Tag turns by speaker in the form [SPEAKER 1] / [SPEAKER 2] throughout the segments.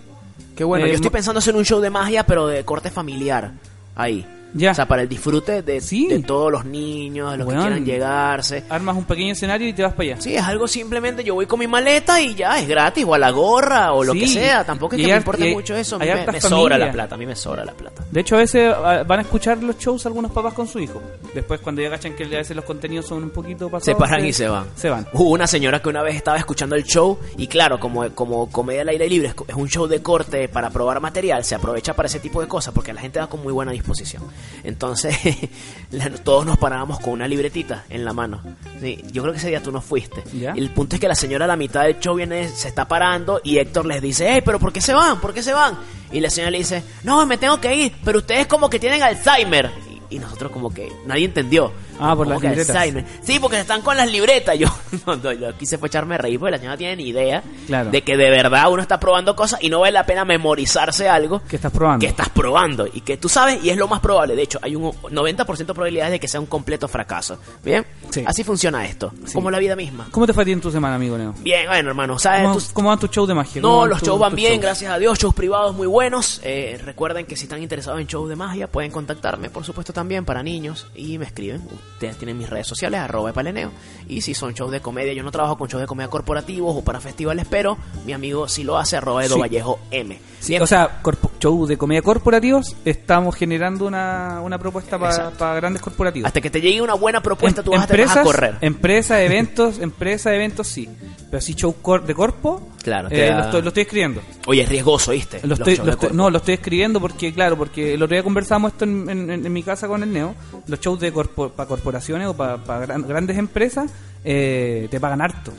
[SPEAKER 1] Qué bueno.
[SPEAKER 2] Eh,
[SPEAKER 1] yo estoy
[SPEAKER 2] mo-
[SPEAKER 1] pensando hacer un show de magia, pero de corte familiar. Ahí.
[SPEAKER 2] Ya.
[SPEAKER 1] O sea, para el disfrute de,
[SPEAKER 2] Sí.
[SPEAKER 1] de todos los niños, de los
[SPEAKER 2] Weón.
[SPEAKER 1] que quieran llegarse.
[SPEAKER 2] Armas un pequeño escenario y te vas para allá.
[SPEAKER 1] Sí, es algo simplemente yo voy con mi maleta y ya, es gratis, o a la gorra, o lo
[SPEAKER 2] Sí.
[SPEAKER 1] que sea. Tampoco es
[SPEAKER 2] Y
[SPEAKER 1] que
[SPEAKER 2] hay
[SPEAKER 1] me
[SPEAKER 2] har-
[SPEAKER 1] importe
[SPEAKER 2] y hay-
[SPEAKER 1] mucho eso. a mí
[SPEAKER 2] hay
[SPEAKER 1] Me,
[SPEAKER 2] hartas
[SPEAKER 1] me sobra la
[SPEAKER 2] familias.
[SPEAKER 1] plata, a mí me sobra la plata.
[SPEAKER 2] De hecho, a veces ah, van a escuchar los shows algunos papás con su hijo. Después, cuando ya cachan que a veces los contenidos son un poquito pasados...
[SPEAKER 1] Se paran y se van.
[SPEAKER 2] Se van.
[SPEAKER 1] Hubo una señora que una vez estaba escuchando el show y claro, como, como comedia al aire libre es co- es un show de corte para probar material, se aprovecha para ese tipo de cosas porque la gente va con muy buena disposición. Entonces, la- todos nos parábamos con una libretita en la mano. Sí, yo creo que ese día tú no fuiste.
[SPEAKER 2] ¿Ya?
[SPEAKER 1] El punto es que la señora a la mitad del show viene, se está parando y Héctor les dice, hey, pero ¿por qué se van? ¿Por qué se van? Y la señora le dice, no, me tengo que ir, pero ustedes como que tienen Alzheimer. Y- Y nosotros como que nadie entendió.
[SPEAKER 2] Ah, por
[SPEAKER 1] Como
[SPEAKER 2] las
[SPEAKER 1] que
[SPEAKER 2] libretas.
[SPEAKER 1] Alzheimer. Sí, porque están con las libretas. Yo no, no, yo quise fue echarme a reír porque la señora no tiene ni idea
[SPEAKER 2] Claro.
[SPEAKER 1] de que de verdad uno está probando cosas y no vale la pena memorizarse algo
[SPEAKER 2] ¿Qué estás probando?
[SPEAKER 1] que estás probando y que tú sabes y es lo más probable. De hecho, hay un 90% de probabilidades de que sea un completo fracaso. ¿Bien?
[SPEAKER 2] Sí.
[SPEAKER 1] Así funciona esto,
[SPEAKER 2] Sí.
[SPEAKER 1] como la vida misma.
[SPEAKER 2] ¿Cómo te fue a ti en tu semana, amigo Neo?
[SPEAKER 1] Bien, bueno, hermano,
[SPEAKER 2] ¿Cómo,
[SPEAKER 1] ¿sabes? Tú-
[SPEAKER 2] cómo van tus shows de magia? ¿Cómo
[SPEAKER 1] no,
[SPEAKER 2] van
[SPEAKER 1] los
[SPEAKER 2] tus-
[SPEAKER 1] shows van
[SPEAKER 2] tus
[SPEAKER 1] bien,
[SPEAKER 2] shows?
[SPEAKER 1] gracias a Dios. Shows privados muy buenos. Eh, recuerden que si están interesados en shows de magia, pueden contactarme, por supuesto, también para niños. Y me escriben. Ustedes tienen mis redes sociales, arroba paleneo. Y si son shows de comedia, yo no trabajo con shows de comedia corporativos o para festivales, pero mi amigo sí lo hace, arroba Edo
[SPEAKER 2] Sí.
[SPEAKER 1] Vallejo M.
[SPEAKER 2] Sí,
[SPEAKER 1] Bien.
[SPEAKER 2] o sea, corpo- shows de comedia corporativos, estamos generando una, una propuesta para
[SPEAKER 1] Exacto.
[SPEAKER 2] grandes corporativos.
[SPEAKER 1] hasta que te llegue una buena propuesta, tú
[SPEAKER 2] Em-
[SPEAKER 1] vas a tener a correr.
[SPEAKER 2] Empresas, eventos, empresas, eventos, sí. Pero sí, show cor- de corpo,
[SPEAKER 1] Claro,
[SPEAKER 2] eh,
[SPEAKER 1] te da-
[SPEAKER 2] lo, estoy, lo estoy escribiendo.
[SPEAKER 1] Oye, es riesgoso, ¿viste?
[SPEAKER 2] Lo
[SPEAKER 1] Los
[SPEAKER 2] estoy-
[SPEAKER 1] shows
[SPEAKER 2] lo
[SPEAKER 1] de
[SPEAKER 2] estoy-
[SPEAKER 1] corpo.
[SPEAKER 2] no, lo estoy escribiendo porque, claro, porque el otro día conversamos esto en, en- en- en mi casa con el Neo. Los shows de corpo- para corporaciones o para, para gran- grandes empresas eh, te pagan harto.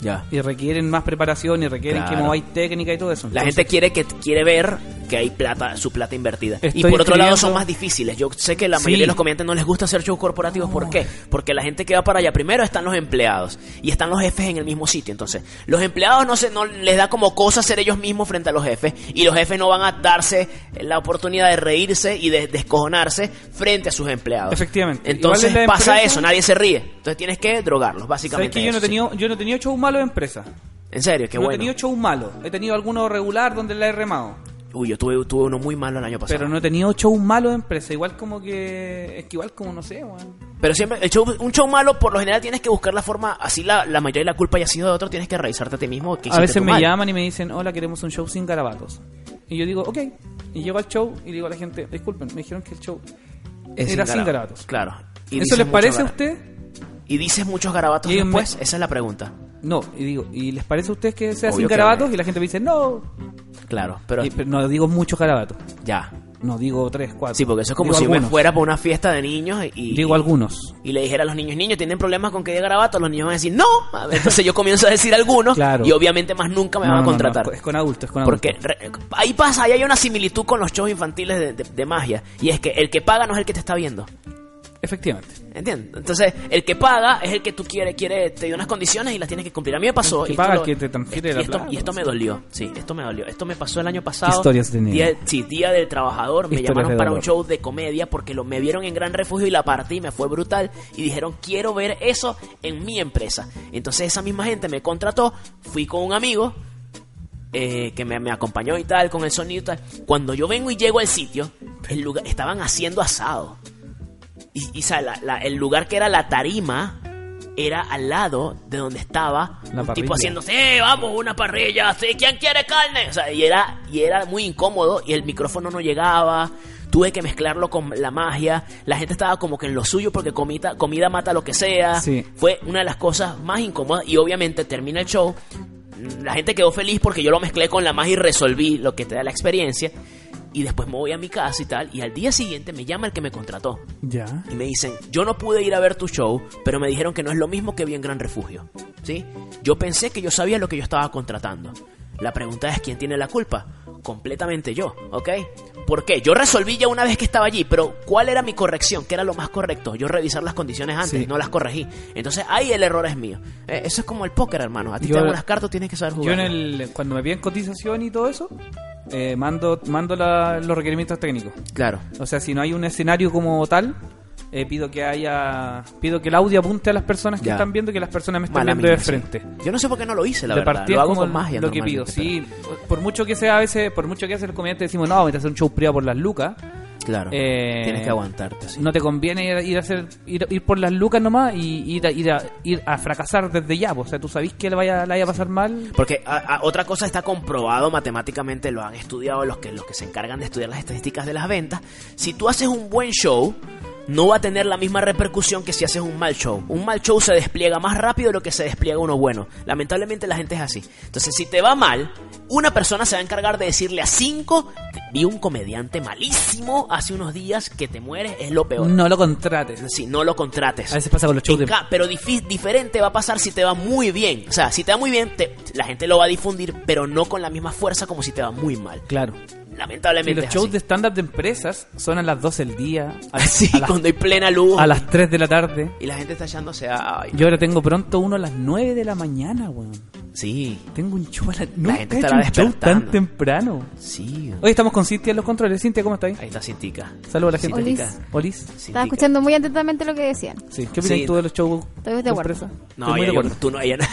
[SPEAKER 1] Ya.
[SPEAKER 2] Y requieren más preparación y requieren que
[SPEAKER 1] Claro.
[SPEAKER 2] mováis técnica y todo eso.
[SPEAKER 1] La
[SPEAKER 2] Entonces,
[SPEAKER 1] gente quiere que quiere ver que hay plata, su plata invertida.
[SPEAKER 2] Estoy
[SPEAKER 1] y por otro lado son
[SPEAKER 2] escribiendo-
[SPEAKER 1] más difíciles. Yo sé que la
[SPEAKER 2] Sí.
[SPEAKER 1] mayoría de los comediantes no les gusta hacer shows corporativos. ¿Por qué? Porque la gente que va para allá primero están los empleados y están los jefes en el mismo sitio. Entonces, los empleados no se no les da como cosa ser ellos mismos frente a los jefes y los jefes no van a darse la oportunidad de reírse y de descojonarse frente a sus empleados.
[SPEAKER 2] Efectivamente.
[SPEAKER 1] Entonces
[SPEAKER 2] Igual en la
[SPEAKER 1] pasa
[SPEAKER 2] empresa-
[SPEAKER 1] eso, nadie se ríe. Entonces tienes que drogarlos,
[SPEAKER 2] ¿sabes
[SPEAKER 1] básicamente.
[SPEAKER 2] que yo no he
[SPEAKER 1] eso, sí.
[SPEAKER 2] tenido, yo no he tenido show malo de empresa?
[SPEAKER 1] En serio, qué
[SPEAKER 2] no
[SPEAKER 1] bueno.
[SPEAKER 2] he tenido show malo. He tenido alguno regular donde la he remado.
[SPEAKER 1] Uy, yo tuve, tuve uno muy malo el año pasado.
[SPEAKER 2] Pero no he tenido show malo de empresa. Igual como que. Es que igual como no sé, weón.
[SPEAKER 1] Pero siempre, el show- un show malo, por lo general tienes que buscar la forma, así la, la mayoría de la culpa haya sido de otro, tienes que revisarte a ti mismo.
[SPEAKER 2] A
[SPEAKER 1] que hiciste
[SPEAKER 2] veces
[SPEAKER 1] tú
[SPEAKER 2] me
[SPEAKER 1] mal.
[SPEAKER 2] llaman y me dicen, hola, queremos un show sin garabatos. Y yo digo, ok. Y llego al show y digo a la gente, disculpen, me dijeron que el show
[SPEAKER 1] Es
[SPEAKER 2] era sin garabatos.
[SPEAKER 1] garabatos. Claro. Y
[SPEAKER 2] ¿Eso
[SPEAKER 1] dices
[SPEAKER 2] les
[SPEAKER 1] mucho
[SPEAKER 2] parece a
[SPEAKER 1] gara-
[SPEAKER 2] usted?
[SPEAKER 1] ¿Y dices muchos garabatos
[SPEAKER 2] Y ellos me-
[SPEAKER 1] después? Esa es la pregunta.
[SPEAKER 2] No. Y digo, ¿y les parece a ustedes que sea
[SPEAKER 1] Obvio
[SPEAKER 2] sin
[SPEAKER 1] que
[SPEAKER 2] garabatos?
[SPEAKER 1] no.
[SPEAKER 2] Y la gente me dice, no.
[SPEAKER 1] Claro, pero
[SPEAKER 2] Y- pero no digo muchos garabatos.
[SPEAKER 1] ya.
[SPEAKER 2] No digo tres, cuatro.
[SPEAKER 1] Sí, porque eso es como
[SPEAKER 2] Digo
[SPEAKER 1] si me
[SPEAKER 2] algunos.
[SPEAKER 1] fuera por una fiesta de niños y,
[SPEAKER 2] Digo algunos.
[SPEAKER 1] y le dijera a los niños, niños, ¿tienen problemas con que haya garabatos? Los niños van a decir, no. A ver, Entonces yo comienzo a decir algunos
[SPEAKER 2] Claro.
[SPEAKER 1] y obviamente más nunca me
[SPEAKER 2] No,
[SPEAKER 1] van a
[SPEAKER 2] no, no,
[SPEAKER 1] contratar.
[SPEAKER 2] es con adultos, es con adultos.
[SPEAKER 1] Porque re- ahí pasa, ahí hay una similitud con los shows infantiles de, de- de magia. Y es que el que paga no es el que te está viendo.
[SPEAKER 2] Efectivamente.
[SPEAKER 1] ¿Entiendes? Entonces, el que paga es el que tú quieres, quiere, te dio unas condiciones y las tienes que cumplir. A mí me pasó.
[SPEAKER 2] El que
[SPEAKER 1] y
[SPEAKER 2] paga
[SPEAKER 1] esto es que te transfiere y
[SPEAKER 2] la
[SPEAKER 1] esto,
[SPEAKER 2] plata,
[SPEAKER 1] y esto me dolió. Sí, esto me dolió. Esto me pasó el año pasado.
[SPEAKER 2] Historias de negro.
[SPEAKER 1] día, Sí, Día del Trabajador. Me
[SPEAKER 2] Historias de
[SPEAKER 1] llamaron para un
[SPEAKER 2] dolor.
[SPEAKER 1] show de comedia porque lo, me vieron en Gran Refugio y la partí. Me fue brutal. Y dijeron, quiero ver eso en mi empresa. Entonces, esa misma gente me contrató. Fui con un amigo eh, que me, me acompañó y tal, con el sonido y tal. Cuando yo vengo y llego al sitio, el lugar, estaban haciendo asado. Y, y, o sea, la- la- el lugar que era la tarima era al lado de donde estaba
[SPEAKER 2] La
[SPEAKER 1] un
[SPEAKER 2] parrilla.
[SPEAKER 1] tipo haciendo, sí, vamos, una parrilla, sí, ¿quién quiere carne? O sea, y era, y era muy incómodo y el micrófono no llegaba. Tuve que mezclarlo con la magia. La gente estaba como que en lo suyo porque comida, comida mata lo que sea.
[SPEAKER 2] Sí.
[SPEAKER 1] Fue una de las cosas más incómodas y obviamente termina el show. Mm, La gente quedó feliz porque yo lo mezclé con la magia y resolví lo que te da la experiencia. Y después me voy a mi casa y tal. Y al día siguiente me llama el que me contrató.
[SPEAKER 2] Ya.
[SPEAKER 1] Y me dicen, yo no pude ir a ver tu show, pero me dijeron que no es lo mismo que vi en Gran Refugio. ¿Sí? Yo pensé que yo sabía lo que yo estaba contratando. La pregunta es, ¿quién tiene la culpa? Completamente yo, ¿ok? ¿Por qué? Yo resolví ya una vez que estaba allí, pero ¿cuál era mi corrección? ¿Qué era lo más correcto? Yo revisar las condiciones antes,
[SPEAKER 2] Sí.
[SPEAKER 1] no las corregí. Entonces ahí el error es mío. Eh, eso es como el póker, hermano. A ti
[SPEAKER 2] Yo-
[SPEAKER 1] te dan unas cartas, tienes que saber
[SPEAKER 2] Yo en
[SPEAKER 1] jugar.
[SPEAKER 2] el, cuando me piden cotización y todo eso, eh, mando, mando la- los requerimientos técnicos.
[SPEAKER 1] Claro.
[SPEAKER 2] O sea, si no hay un escenario como tal, eh, pido que haya, pido que el audio apunte a las personas que
[SPEAKER 1] Ya.
[SPEAKER 2] están viendo, que las personas me estén
[SPEAKER 1] Mala
[SPEAKER 2] viendo de
[SPEAKER 1] mía, sí.
[SPEAKER 2] frente.
[SPEAKER 1] Yo no sé por qué no lo hice, la
[SPEAKER 2] de
[SPEAKER 1] verdad.
[SPEAKER 2] partida
[SPEAKER 1] Lo hago
[SPEAKER 2] es como
[SPEAKER 1] con magia.
[SPEAKER 2] lo que pido,
[SPEAKER 1] normalmente,
[SPEAKER 2] sí. Por mucho que sea a veces, por mucho que hace el comediante decimos, no, vete a hacer un show privado por las lucas.
[SPEAKER 1] pero- Claro.
[SPEAKER 2] Eh,
[SPEAKER 1] tienes que aguantarte. sí.
[SPEAKER 2] No te conviene ir, ir a hacer, ir, ir por las lucas nomás y ir a, ir a, ir a fracasar desde ya. po. O sea, tú sabés que le vaya, la vaya a pasar mal
[SPEAKER 1] Porque a- a- otra cosa está comprobado matemáticamente, lo han estudiado los que, los que se encargan de estudiar las estadísticas de las ventas. Si tú haces un buen show, no va a tener la misma repercusión que si haces un mal show. Un mal show se despliega más rápido de lo que se despliega uno bueno. Lamentablemente la gente es así. Entonces, si te va mal, una persona se va a encargar de decirle a cinco, vi un comediante malísimo hace unos días que te mueres, es lo peor.
[SPEAKER 2] No lo contrates.
[SPEAKER 1] Si no lo contrates.
[SPEAKER 2] A veces pasa con los shows de-
[SPEAKER 1] En ca- Pero difi- diferente va a pasar si te va muy bien. O sea, si te va muy bien, te- la gente lo va a difundir, pero no con la misma fuerza como si te va muy mal.
[SPEAKER 2] Claro. Y
[SPEAKER 1] Lamentablemente.
[SPEAKER 2] los
[SPEAKER 1] es
[SPEAKER 2] shows
[SPEAKER 1] así.
[SPEAKER 2] de stand-up de empresas son a las 12 del día, a, las-
[SPEAKER 1] Sí,
[SPEAKER 2] a las,
[SPEAKER 1] cuando hay plena luz.
[SPEAKER 2] a las 3 de la tarde.
[SPEAKER 1] Y la gente está echándose a...
[SPEAKER 2] Yo ahora tengo pronto uno a las 9 de la mañana, weón.
[SPEAKER 1] Sí,
[SPEAKER 2] Tengo un show a la... Nunca
[SPEAKER 1] gente
[SPEAKER 2] he hecho
[SPEAKER 1] estará
[SPEAKER 2] un show tan
[SPEAKER 1] despertando.
[SPEAKER 2] temprano.
[SPEAKER 1] sí.
[SPEAKER 2] Hoy estamos con Cintia en los controles. Cintia, ¿cómo estáis?
[SPEAKER 1] Ahí está Cintica.
[SPEAKER 2] Saludos a la gente.
[SPEAKER 1] Olis.
[SPEAKER 2] Olis.
[SPEAKER 3] Estaba escuchando muy atentamente lo que decían.
[SPEAKER 2] Sí. ¿Qué opinas
[SPEAKER 1] Sí.
[SPEAKER 2] tú de los shows?
[SPEAKER 3] Estoy de acuerdo.
[SPEAKER 2] Estoy
[SPEAKER 1] No,
[SPEAKER 2] muy
[SPEAKER 1] ella,
[SPEAKER 2] de
[SPEAKER 1] yo-
[SPEAKER 2] acuerdo.
[SPEAKER 1] tú no, ella no.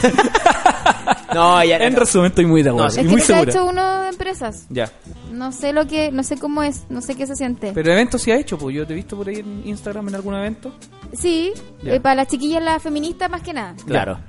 [SPEAKER 1] no, ella
[SPEAKER 2] En
[SPEAKER 1] no.
[SPEAKER 2] resumen, estoy muy de acuerdo.
[SPEAKER 1] No, sí.
[SPEAKER 2] y
[SPEAKER 3] Es que
[SPEAKER 2] muy
[SPEAKER 3] nunca he
[SPEAKER 2] segura.
[SPEAKER 3] hecho uno de empresas.
[SPEAKER 2] Ya.
[SPEAKER 3] No sé lo que, no sé cómo es, no sé qué se siente.
[SPEAKER 2] Pero eventos sí ha hecho, pues yo te he visto por ahí en Instagram en algún evento.
[SPEAKER 3] sí,
[SPEAKER 2] Ya.
[SPEAKER 3] eh, para las chiquillas, las feministas más que nada.
[SPEAKER 1] Claro.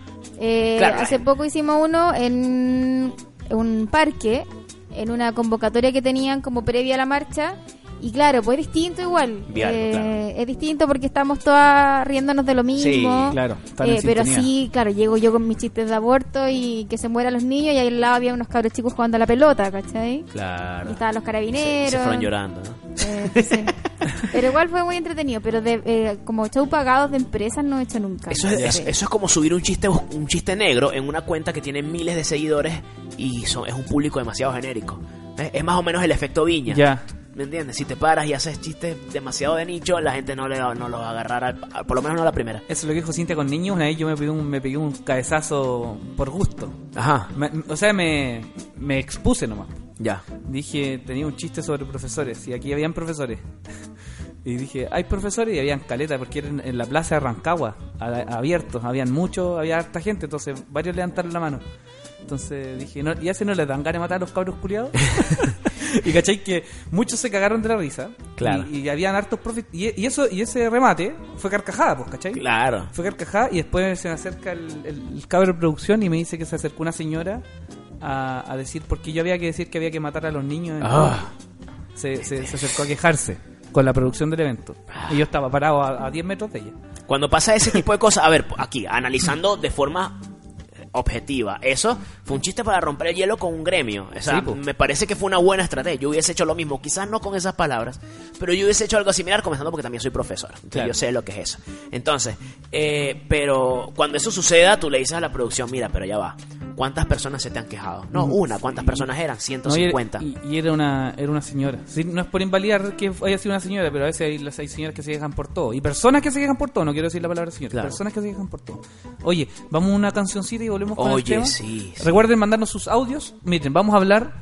[SPEAKER 3] Eh,
[SPEAKER 1] Claro, la
[SPEAKER 3] hace
[SPEAKER 1] gente.
[SPEAKER 3] poco hicimos uno en un parque, en una convocatoria que tenían como previa a la marcha. Y claro, pues es distinto igual.
[SPEAKER 1] Bien,
[SPEAKER 3] Eh,
[SPEAKER 1] claro.
[SPEAKER 3] Es distinto porque estamos todas riéndonos de lo mismo.
[SPEAKER 2] claro, están en
[SPEAKER 3] Eh, pero
[SPEAKER 2] sintonía.
[SPEAKER 3] sí, claro, llego yo con mis chistes de aborto y que se mueran los niños y ahí al lado había unos cabros chicos jugando a la pelota, ¿cachai? Y
[SPEAKER 1] Claro.
[SPEAKER 3] estaban los
[SPEAKER 1] Se,
[SPEAKER 3] carabineros.
[SPEAKER 1] se fueron llorando, ¿no?
[SPEAKER 3] Eh, pues sí. Pero igual fue muy entretenido, pero de, eh, como show pagados de empresas no he hecho nunca.
[SPEAKER 1] Eso es,
[SPEAKER 3] Sí.
[SPEAKER 1] es- eso es como subir un chiste un chiste negro en una cuenta que tiene miles de seguidores y son, es un público demasiado genérico. Es, es más o menos el efecto viña.
[SPEAKER 2] Ya.
[SPEAKER 1] ¿Me entiendes? Si te paras y haces chistes demasiado de nicho, la gente no, le, no los va a agarrar, al- al- por lo menos no a la primera.
[SPEAKER 2] Eso es lo que dijo Cintia con niños. Una vez yo me pegué un, me pegué un cabezazo por gusto.
[SPEAKER 1] Ajá,
[SPEAKER 2] Me- o sea, me, me expuse nomás.
[SPEAKER 1] ya.
[SPEAKER 2] Dije, tenía un chiste sobre profesores y aquí habían profesores. Y dije, hay profesores y habían caleta porque era en, en la plaza de Rancagua, a- abiertos, habían muchos, había harta gente, entonces varios levantaron la mano. Entonces dije, no, ¿ya se no les dan ganas de matar a los cabros culiados? y cachai que muchos se cagaron de la risa.
[SPEAKER 1] Claro.
[SPEAKER 2] Y, y habían hartos profes. Y, y eso y ese remate fue carcajada, pues, ¿cachai?
[SPEAKER 1] Claro.
[SPEAKER 2] Fue carcajada y después se me acerca el, el, el cabro de producción y me dice que se acercó una señora a, a decir, porque yo había que decir que había que matar a los niños. en-
[SPEAKER 1] Ah.
[SPEAKER 2] se, se, se acercó a quejarse con la producción del evento. Y yo estaba parado a, a 10 metros de ella.
[SPEAKER 1] Cuando pasa ese tipo de cosas, a ver, aquí, analizando de forma eh, objetiva, eso fue un chiste para romper el hielo con un gremio. O sea,
[SPEAKER 2] Sí, po.
[SPEAKER 1] me parece que fue una buena estrategia. Yo hubiese hecho lo mismo, quizás no con esas palabras, pero yo hubiese hecho algo similar, comenzando porque también soy profesor. Entonces,
[SPEAKER 2] Claro.
[SPEAKER 1] Yo sé lo que es eso. Entonces, eh, pero cuando eso suceda, tú le dices a la producción, mira, pero ya va. ¿Cuántas personas se te han quejado? No, una. ¿Cuántas personas eran?
[SPEAKER 2] Mm, No, y era-
[SPEAKER 1] 150.
[SPEAKER 2] Y, y era una era una señora. Sí, no es por invalidar que haya sido una señora, pero a veces hay, las- hay señoras que se quejan por todo. Y personas que se quejan por todo, no quiero decir la palabra señor.
[SPEAKER 1] Claro.
[SPEAKER 2] Personas que se quejan por todo. Oye, vamos a una cancioncita y volvemos con el
[SPEAKER 1] Oye,
[SPEAKER 2] tema.
[SPEAKER 1] sí, sí.
[SPEAKER 2] Recuerden mandarnos sus audios. Miren, vamos a hablar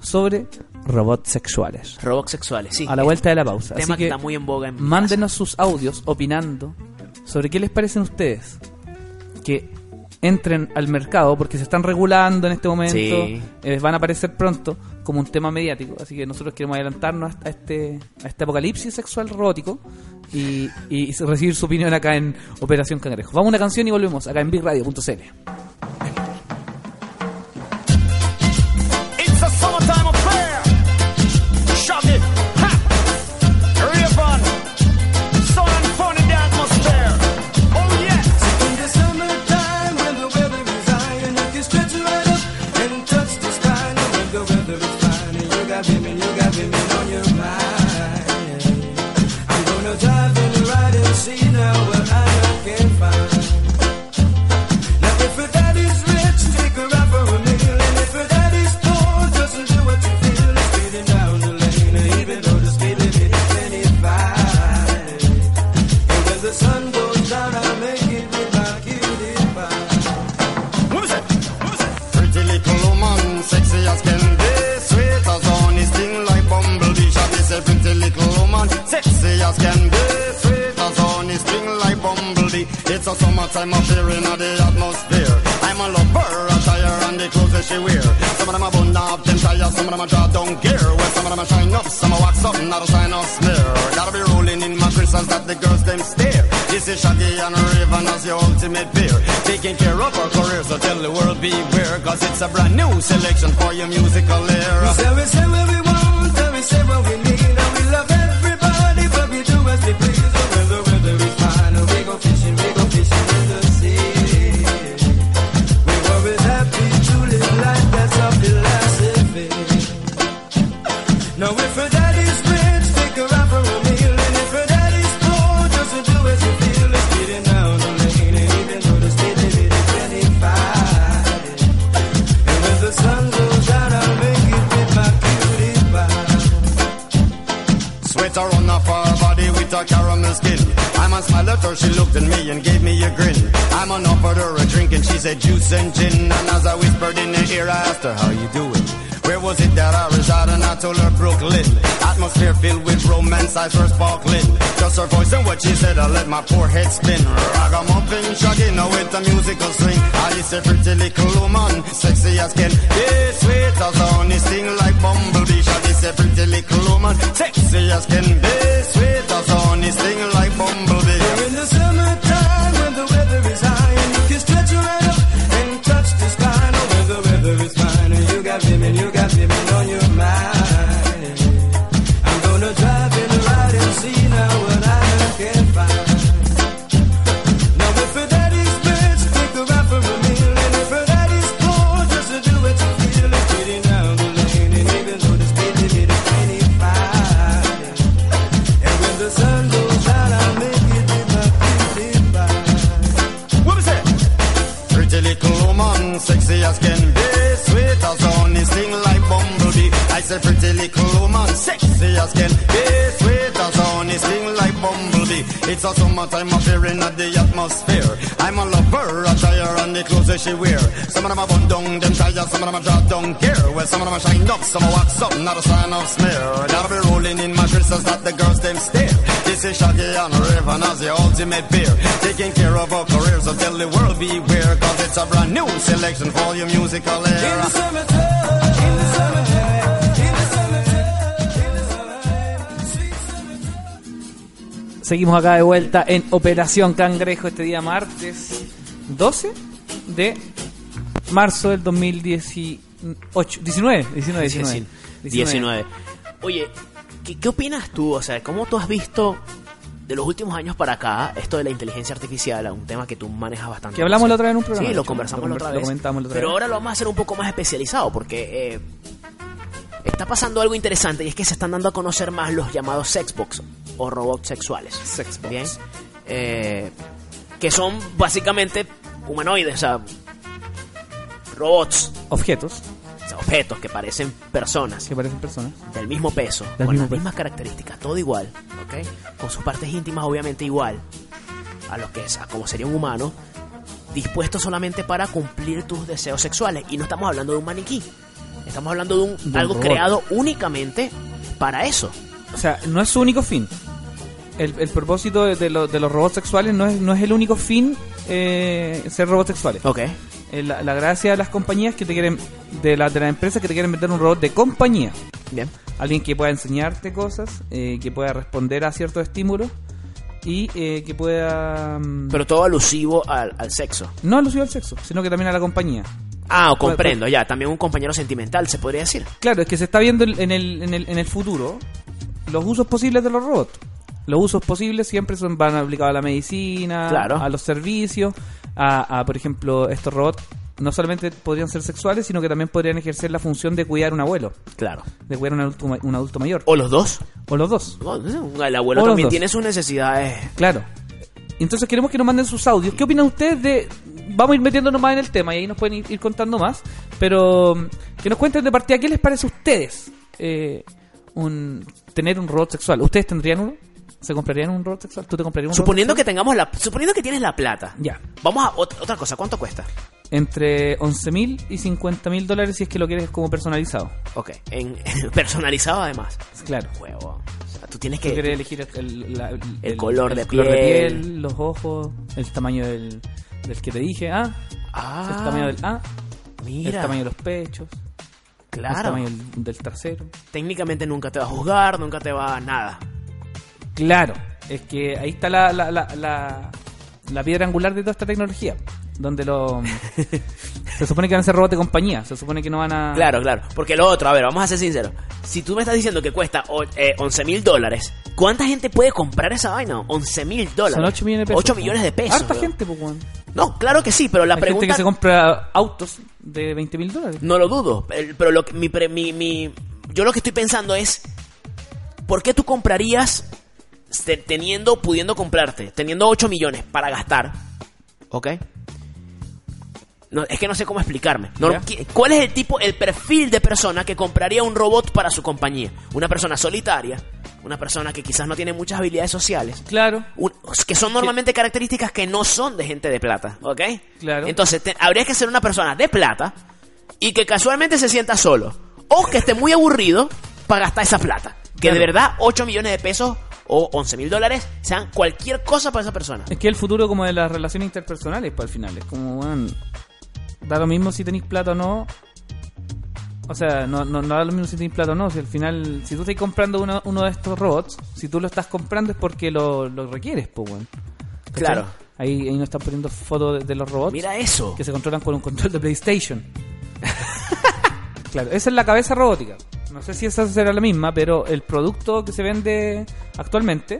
[SPEAKER 2] sobre robots sexuales.
[SPEAKER 1] Robots sexuales, sí.
[SPEAKER 2] A la vuelta de la pausa.
[SPEAKER 1] Tema
[SPEAKER 2] Así
[SPEAKER 1] que está muy en boga en mi
[SPEAKER 2] Mándenos sus audios opinando sobre qué les parecen ustedes que entren al mercado porque se están regulando en este momento,
[SPEAKER 1] Sí.
[SPEAKER 2] eh, van a aparecer pronto como un tema mediático, así que nosotros queremos adelantarnos a este, a este apocalipsis sexual robótico y, y recibir su opinión acá en Operación Cangrejo. Vamos a una canción y volvemos acá en bigradio.cl.
[SPEAKER 4] It's a summertime affair. Shut it. Ha! Rip on. Sun and fun in the atmosphere. Oh, yes.
[SPEAKER 5] In the summertime when the weather is high and you can stretch right up and touch the sky. Now when the weather is fine and you got women, you got women on your mind. I'm gonna drive and ride and see now what I can find. Now if her daddy's rich, take her out for a meal, and if her daddy's poor, doesn't do what you feel. It's speeding down the lane, even though the speed limit is 25. And when the sun goes down, I make it with my cutie pie.
[SPEAKER 4] What is it? What is it?
[SPEAKER 6] Pretty little woman, sexy as can be, sweet as honey, sting like bumblebee. Shall we say pretty little woman, sexy as can be, sweet as honey, sting like bumblebee. It's a summertime affair in the atmosphere. I'm a lover, attire and the clothes that she wear. Some of them are bun up, them tires, some of them are draw down gear. Well, some of them are shine up, some are wax up, not a sign of smear. Gotta be rolling in my crystals that the girls them stare. This is Shaggy and Raven as your ultimate beer. Taking care of our career, so tell the world beware, cause it's a brand new selection for your musical era.
[SPEAKER 5] So we say what we want, and we say what we need, and we love everybody, but we do as we please. But when
[SPEAKER 6] her caramel skin. I must smile at her, she looked at me and gave me a grin. I man offered her a drink and she said juice and gin. And as I whispered in her ear, I asked her how you doing. Where was it that I resided? And I told her Brooklyn. Atmosphere filled with romance, eyes were sparkling. Just her voice and what she said, I let my poor head spin. Ragamuffin, shaggy, now with a musical swing. I is a pretty little woman, sexy as can be. Sweet as honey, sting like bumblebee. Shaggy, a pretty little woman, sexy as can be. Sweet as honey, sting like bumblebee.
[SPEAKER 5] In the summertime when the weather is high and you can stretch your right up and touch the sky. Now when the weather is fine and you got women, you got women on your mind. I'm gonna drive in a ride and see now what I can find. Now if her daddy's bitch, take her out for a meal. And if her daddy's poor, just to do what you feel. And treating down the lane and even though this baby made a tiny fire. And when the sun goes down, I'll make it with my pretty bye.
[SPEAKER 6] What is it? Pretty little woman, sexy as can be, sweet as honey, sting like bumblebee. I say pretty little woman, sexy as can be, sweet as honey, sting like bumblebee. It's a summertime appearing at the atmosphere. I'm a lover, a tire and the clothes that she wear. Some of them are bun down, them tires, some of them are drop down gear. Well, some of them are shined up, some are wax up, not a sign of smear. Gotta be rolling in mattresses that the girls them stare. This is Shaggy and Raven as the ultimate beer. Taking care of our careers, so tell the world beware, cause it's a brand new selection for your musical
[SPEAKER 5] In
[SPEAKER 6] era.
[SPEAKER 5] the summertime, in the summertime, in the summertime, in the summertime, sweet summertime.
[SPEAKER 2] Seguimos acá de vuelta en Operación Cangrejo este día martes 12 de marzo del 2018. 19, 19, 19.
[SPEAKER 1] 19. Oye, ¿qué, qué opinas tú? O sea, ¿cómo tú has visto de los últimos años para acá esto de la inteligencia artificial? Un tema que tú manejas bastante.
[SPEAKER 2] Que hablamos la otra vez en un programa,
[SPEAKER 1] Sí,
[SPEAKER 2] de
[SPEAKER 1] lo
[SPEAKER 2] hecho.
[SPEAKER 1] conversamos
[SPEAKER 2] Lo
[SPEAKER 1] la otra
[SPEAKER 2] conver-
[SPEAKER 1] vez.
[SPEAKER 2] lo comentamos la otra
[SPEAKER 1] pero
[SPEAKER 2] vez.
[SPEAKER 1] ahora lo vamos a hacer un poco más especializado porque eh, está pasando algo interesante y es que se están dando a conocer más los llamados sexbox o robots sexuales.
[SPEAKER 2] Sexbox.
[SPEAKER 1] Bien. Eh, que son básicamente humanoides, o sea, robots,
[SPEAKER 2] Objetos
[SPEAKER 1] o sea, objetos que parecen personas
[SPEAKER 2] que parecen personas.
[SPEAKER 1] del mismo peso,
[SPEAKER 2] Del
[SPEAKER 1] con
[SPEAKER 2] mismo
[SPEAKER 1] las
[SPEAKER 2] peso.
[SPEAKER 1] mismas características, todo igual, ¿ok? Con sus partes íntimas obviamente igual a lo que es, a como sería un humano, dispuesto solamente para cumplir tus deseos sexuales. Y no estamos hablando de un maniquí, estamos hablando de, un,
[SPEAKER 2] un
[SPEAKER 1] algo
[SPEAKER 2] robot.
[SPEAKER 1] creado únicamente para eso.
[SPEAKER 2] O sea, no es su único fin. El, el propósito de, de lo- de los robots sexuales no es, no es el único fin eh, ser robots sexuales.
[SPEAKER 1] Ok.
[SPEAKER 2] Eh, La, la gracia de las compañías que te quieren, de, la- de las empresas que te quieren vender un robot de compañía.
[SPEAKER 1] Bien.
[SPEAKER 2] Alguien que pueda enseñarte cosas, eh, que pueda responder a ciertos estímulos y eh, que pueda... mm,
[SPEAKER 1] Pero todo alusivo al, al sexo.
[SPEAKER 2] no alusivo al sexo, sino que también a la compañía.
[SPEAKER 1] Ah, comprendo, ya. También un compañero sentimental, se podría decir.
[SPEAKER 2] Claro, es que se está viendo en en el, en el, en el futuro los usos posibles de los robots. Los usos posibles siempre son van aplicados a la medicina,
[SPEAKER 1] Claro.
[SPEAKER 2] a los servicios, a, a, por ejemplo, estos robots no solamente podrían ser sexuales, sino que también podrían ejercer la función de cuidar un abuelo,
[SPEAKER 1] Claro.
[SPEAKER 2] de cuidar un adulto, ma- un adulto mayor, o,
[SPEAKER 1] O los dos.
[SPEAKER 2] los dos,
[SPEAKER 1] Oh, no sé, El abuelo
[SPEAKER 2] O los
[SPEAKER 1] también
[SPEAKER 2] dos.
[SPEAKER 1] tiene sus necesidades.
[SPEAKER 2] claro. Entonces queremos que nos manden sus audios. ¿Qué opinan ustedes de...? Vamos a ir metiéndonos más en el tema y ahí nos pueden ir, ir contando más, pero mm, que nos cuenten de partida, ¿qué les parece a ustedes eh, un, tener un robot sexual? ¿Ustedes tendrían uno? ¿Se comprarían un robot sexual? ¿Tú te comprarías un
[SPEAKER 1] Suponiendo que tengamos la... Suponiendo que tienes la plata.
[SPEAKER 2] Ya.
[SPEAKER 1] Vamos a... ot- otra cosa, ¿cuánto cuesta?
[SPEAKER 2] robot? Entre 11.000 y 50.000 dólares si es que lo quieres como personalizado.
[SPEAKER 1] Ok, en, personalizado además.
[SPEAKER 2] Claro.
[SPEAKER 1] Huevo. O sea, tú tienes
[SPEAKER 2] Tú quieres
[SPEAKER 1] que.
[SPEAKER 2] elegir el, la- el-
[SPEAKER 1] El color de piel.
[SPEAKER 2] piel, los ojos, el tamaño del, del que te dije, ah,
[SPEAKER 1] Ah,
[SPEAKER 2] el tamaño del A, el
[SPEAKER 1] mira.
[SPEAKER 2] tamaño de los pechos, el
[SPEAKER 1] claro.
[SPEAKER 2] tamaño del, del trasero.
[SPEAKER 1] Técnicamente nunca te va a juzgar, nunca te va a nada.
[SPEAKER 2] Claro, es que ahí está la, la, la, la- la piedra angular de toda esta tecnología, donde lo... se supone que van a ser robots de compañía, se supone que no van a...
[SPEAKER 1] Claro, claro. Porque lo otro, a ver, vamos a ser sinceros. Si tú me estás diciendo que cuesta o- eh, 11 mil dólares, ¿cuánta gente puede comprar esa vaina? 11 mil dólares.
[SPEAKER 2] Son 8 millones de pesos.
[SPEAKER 1] 8 millones de pesos.
[SPEAKER 2] Harta
[SPEAKER 1] weón.
[SPEAKER 2] gente, pues, weón.
[SPEAKER 1] No, claro que sí, pero la
[SPEAKER 2] Hay gente
[SPEAKER 1] pregunta.
[SPEAKER 2] que se compra ah, autos de 20 mil dólares.
[SPEAKER 1] No lo dudo, el- pero lo que- mi, pre- mi- mi- yo lo que estoy pensando es, ¿por qué tú comprarías se- teniendo, pudiendo comprarte, teniendo 8 millones para gastar? ¿Ok? No, es que no sé cómo explicarme. No,
[SPEAKER 2] Ya.
[SPEAKER 1] ¿qué- ¿Cuál es el tipo, el perfil de persona que compraría un robot para su compañía? Una persona solitaria, una persona que quizás no tiene muchas habilidades sociales,
[SPEAKER 2] Claro.
[SPEAKER 1] un- que son normalmente características que no son de gente de plata, ¿ok?
[SPEAKER 2] Claro.
[SPEAKER 1] Entonces, te- habría que ser una persona de plata y que casualmente se sienta solo. O que esté muy aburrido para gastar esa plata. Que de
[SPEAKER 2] Claro.
[SPEAKER 1] verdad 8 millones de pesos o 11 mil dólares sean cualquier cosa para esa persona.
[SPEAKER 2] Es que el futuro como de las relaciones interpersonales para el final. Es como, weón, da lo mismo si tenéis plata o no. O sea, no, no, no da lo mismo si tenéis plata o no. Si al final, si tú estás comprando uno, uno de estos robots, si tú lo estás comprando es porque lo, lo requieres, pues, weón. ¿Cachai?
[SPEAKER 1] Claro.
[SPEAKER 2] Ahí, ahí nos están poniendo fotos de, de los robots
[SPEAKER 1] Mira eso.
[SPEAKER 2] que se controlan con un control de PlayStation. claro, esa es la cabeza robótica. No sé si esa será la misma, pero el producto que se vende actualmente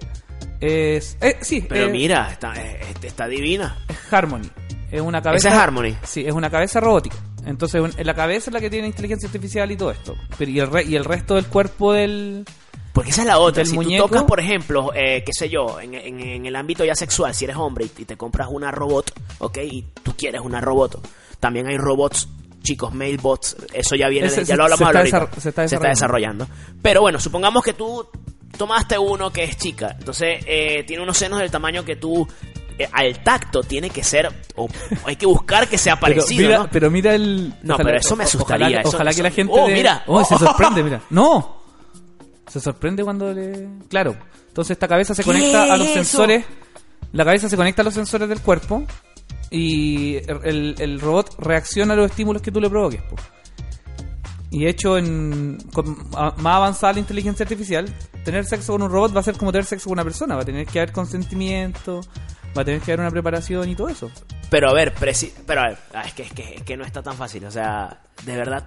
[SPEAKER 2] es... eh, sí,
[SPEAKER 1] Pero
[SPEAKER 2] eh,
[SPEAKER 1] mira, está, eh, este- está divina.
[SPEAKER 2] es Harmony. Es una cabeza.
[SPEAKER 1] Esa es Harmony.
[SPEAKER 2] Sí, es una cabeza robótica. Entonces, un- la cabeza es la que tiene inteligencia artificial y todo esto. Pero, y, el re- y el resto del cuerpo del.
[SPEAKER 1] Porque esa es la otra.
[SPEAKER 2] Del
[SPEAKER 1] si
[SPEAKER 2] muñeco.
[SPEAKER 1] tú tocas, por ejemplo, eh, qué sé yo, en, en- en el ámbito ya sexual, si eres hombre y, y te compras una robot, ¿ok? Y tú quieres una robot. También hay robots, chicos, mailbots. Eso ya viene,
[SPEAKER 2] Ese
[SPEAKER 1] de-
[SPEAKER 2] se-
[SPEAKER 1] ya lo hablamos
[SPEAKER 2] se está
[SPEAKER 1] ahorita.
[SPEAKER 2] desarro- se está
[SPEAKER 1] desarrollando. Pero bueno, supongamos que tú tomaste uno que es chica. Entonces, eh, tiene unos senos del tamaño que tú... eh, al tacto tiene que ser... O, hay que buscar que sea parecido,
[SPEAKER 2] pero, mira,
[SPEAKER 1] ¿no?
[SPEAKER 2] pero mira el.
[SPEAKER 1] No,
[SPEAKER 2] ojalá-
[SPEAKER 1] pero eso me
[SPEAKER 2] o-
[SPEAKER 1] asustaría,
[SPEAKER 2] Ojalá,
[SPEAKER 1] eso-
[SPEAKER 2] ojalá
[SPEAKER 1] eso-
[SPEAKER 2] que la gente.
[SPEAKER 1] ¡Oh,
[SPEAKER 2] de-
[SPEAKER 1] mira!
[SPEAKER 2] ¡Oh, se sorprende, mira! ¡No! Se sorprende cuando le. Claro. Entonces, esta cabeza se
[SPEAKER 1] ¿Qué
[SPEAKER 2] conecta a los
[SPEAKER 1] es eso?
[SPEAKER 2] sensores. La cabeza se conecta a los sensores del cuerpo. Y el, el robot reacciona a los estímulos que tú le provoques, po. Y hecho en, con a- más avanzada la inteligencia artificial, tener sexo con un robot va a ser como tener sexo con una persona. Va a tener que haber consentimiento, va a tener que haber una preparación y todo eso.
[SPEAKER 1] Pero a ver, preci- pero a ver, ah, es que, es, que, es que no está tan fácil, o sea, de verdad.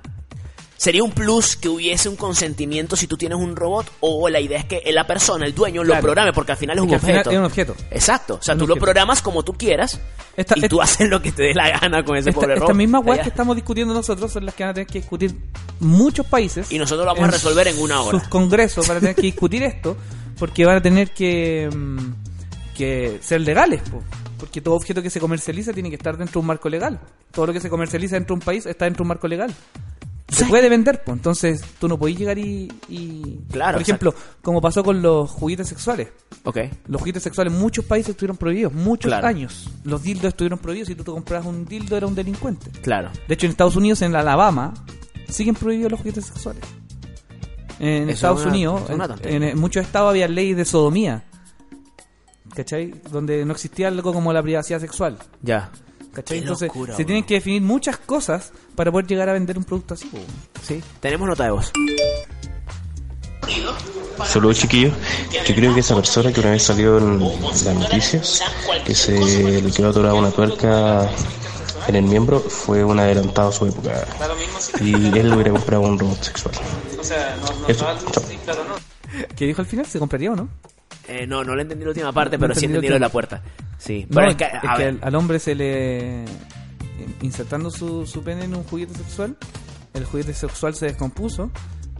[SPEAKER 1] ¿Sería un plus que hubiese un consentimiento si tú tienes un robot? ¿O la idea es que la persona, el dueño, lo
[SPEAKER 2] Claro.
[SPEAKER 1] programe? Porque al final es,
[SPEAKER 2] Es
[SPEAKER 1] un
[SPEAKER 2] que al final
[SPEAKER 1] objeto.
[SPEAKER 2] es un objeto.
[SPEAKER 1] Exacto. O sea,
[SPEAKER 2] Es un
[SPEAKER 1] tú lo
[SPEAKER 2] objeto.
[SPEAKER 1] programas como tú quieras
[SPEAKER 2] Esta-
[SPEAKER 1] y tú
[SPEAKER 2] esta-
[SPEAKER 1] haces lo que te dé la gana con ese
[SPEAKER 2] Esta-
[SPEAKER 1] pobre
[SPEAKER 2] Estas
[SPEAKER 1] robot.
[SPEAKER 2] mismas weas
[SPEAKER 1] Allá.
[SPEAKER 2] que estamos discutiendo nosotros son las que van a tener que discutir muchos países.
[SPEAKER 1] Y nosotros lo vamos a resolver en una hora.
[SPEAKER 2] Sus congresos van a tener que discutir esto porque van a tener que, mm, que ser legales. po. Porque todo objeto que se comercializa tiene que estar dentro de un marco legal. Todo lo que se comercializa dentro de un país está dentro de un marco legal. Se
[SPEAKER 1] Sí.
[SPEAKER 2] puede vender, po. entonces tú no podés llegar y... y-
[SPEAKER 1] Claro,
[SPEAKER 2] por ejemplo, como pasó con los juguetes sexuales.
[SPEAKER 1] Ok.
[SPEAKER 2] Los juguetes sexuales en muchos países estuvieron prohibidos, muchos
[SPEAKER 1] Claro.
[SPEAKER 2] años. Los dildos estuvieron prohibidos, si tú te comprabas un dildo era un delincuente.
[SPEAKER 1] Claro.
[SPEAKER 2] De hecho, en Estados Unidos, en Alabama, siguen prohibidos los juguetes sexuales. En
[SPEAKER 1] Eso
[SPEAKER 2] Estados
[SPEAKER 1] es una-
[SPEAKER 2] Unidos,
[SPEAKER 1] es una tontería.
[SPEAKER 2] en, en muchos estados había leyes de sodomía. ¿Cachai? Donde no existía algo como la privacidad sexual.
[SPEAKER 1] Ya.
[SPEAKER 2] ¿Cachai?
[SPEAKER 1] Qué
[SPEAKER 2] Entonces,
[SPEAKER 1] locura,
[SPEAKER 2] se
[SPEAKER 1] weón.
[SPEAKER 2] tienen que definir muchas cosas para poder llegar a vender un producto así. weón.
[SPEAKER 1] Sí. Tenemos nota de voz.
[SPEAKER 7] Saludos chiquillos, yo creo que esa persona que una vez salió en las noticias, que se le quedó atorada una tuerca en el miembro, fue un adelantado a su época. Y él hubiera comprado un robot sexual. Eso, chao.
[SPEAKER 2] ¿Qué dijo al final? ¿Se compraría o no?
[SPEAKER 1] Eh, no, no le entendí la última parte,
[SPEAKER 2] No
[SPEAKER 1] pero sí
[SPEAKER 2] entendí
[SPEAKER 1] entendí
[SPEAKER 2] lo
[SPEAKER 1] lo de la
[SPEAKER 2] último.
[SPEAKER 1] puerta. Sí.
[SPEAKER 2] No,
[SPEAKER 1] Pero es que, a ver,
[SPEAKER 2] al, al hombre se le. eh, insertando su, su pene en un juguete sexual, el juguete sexual se descompuso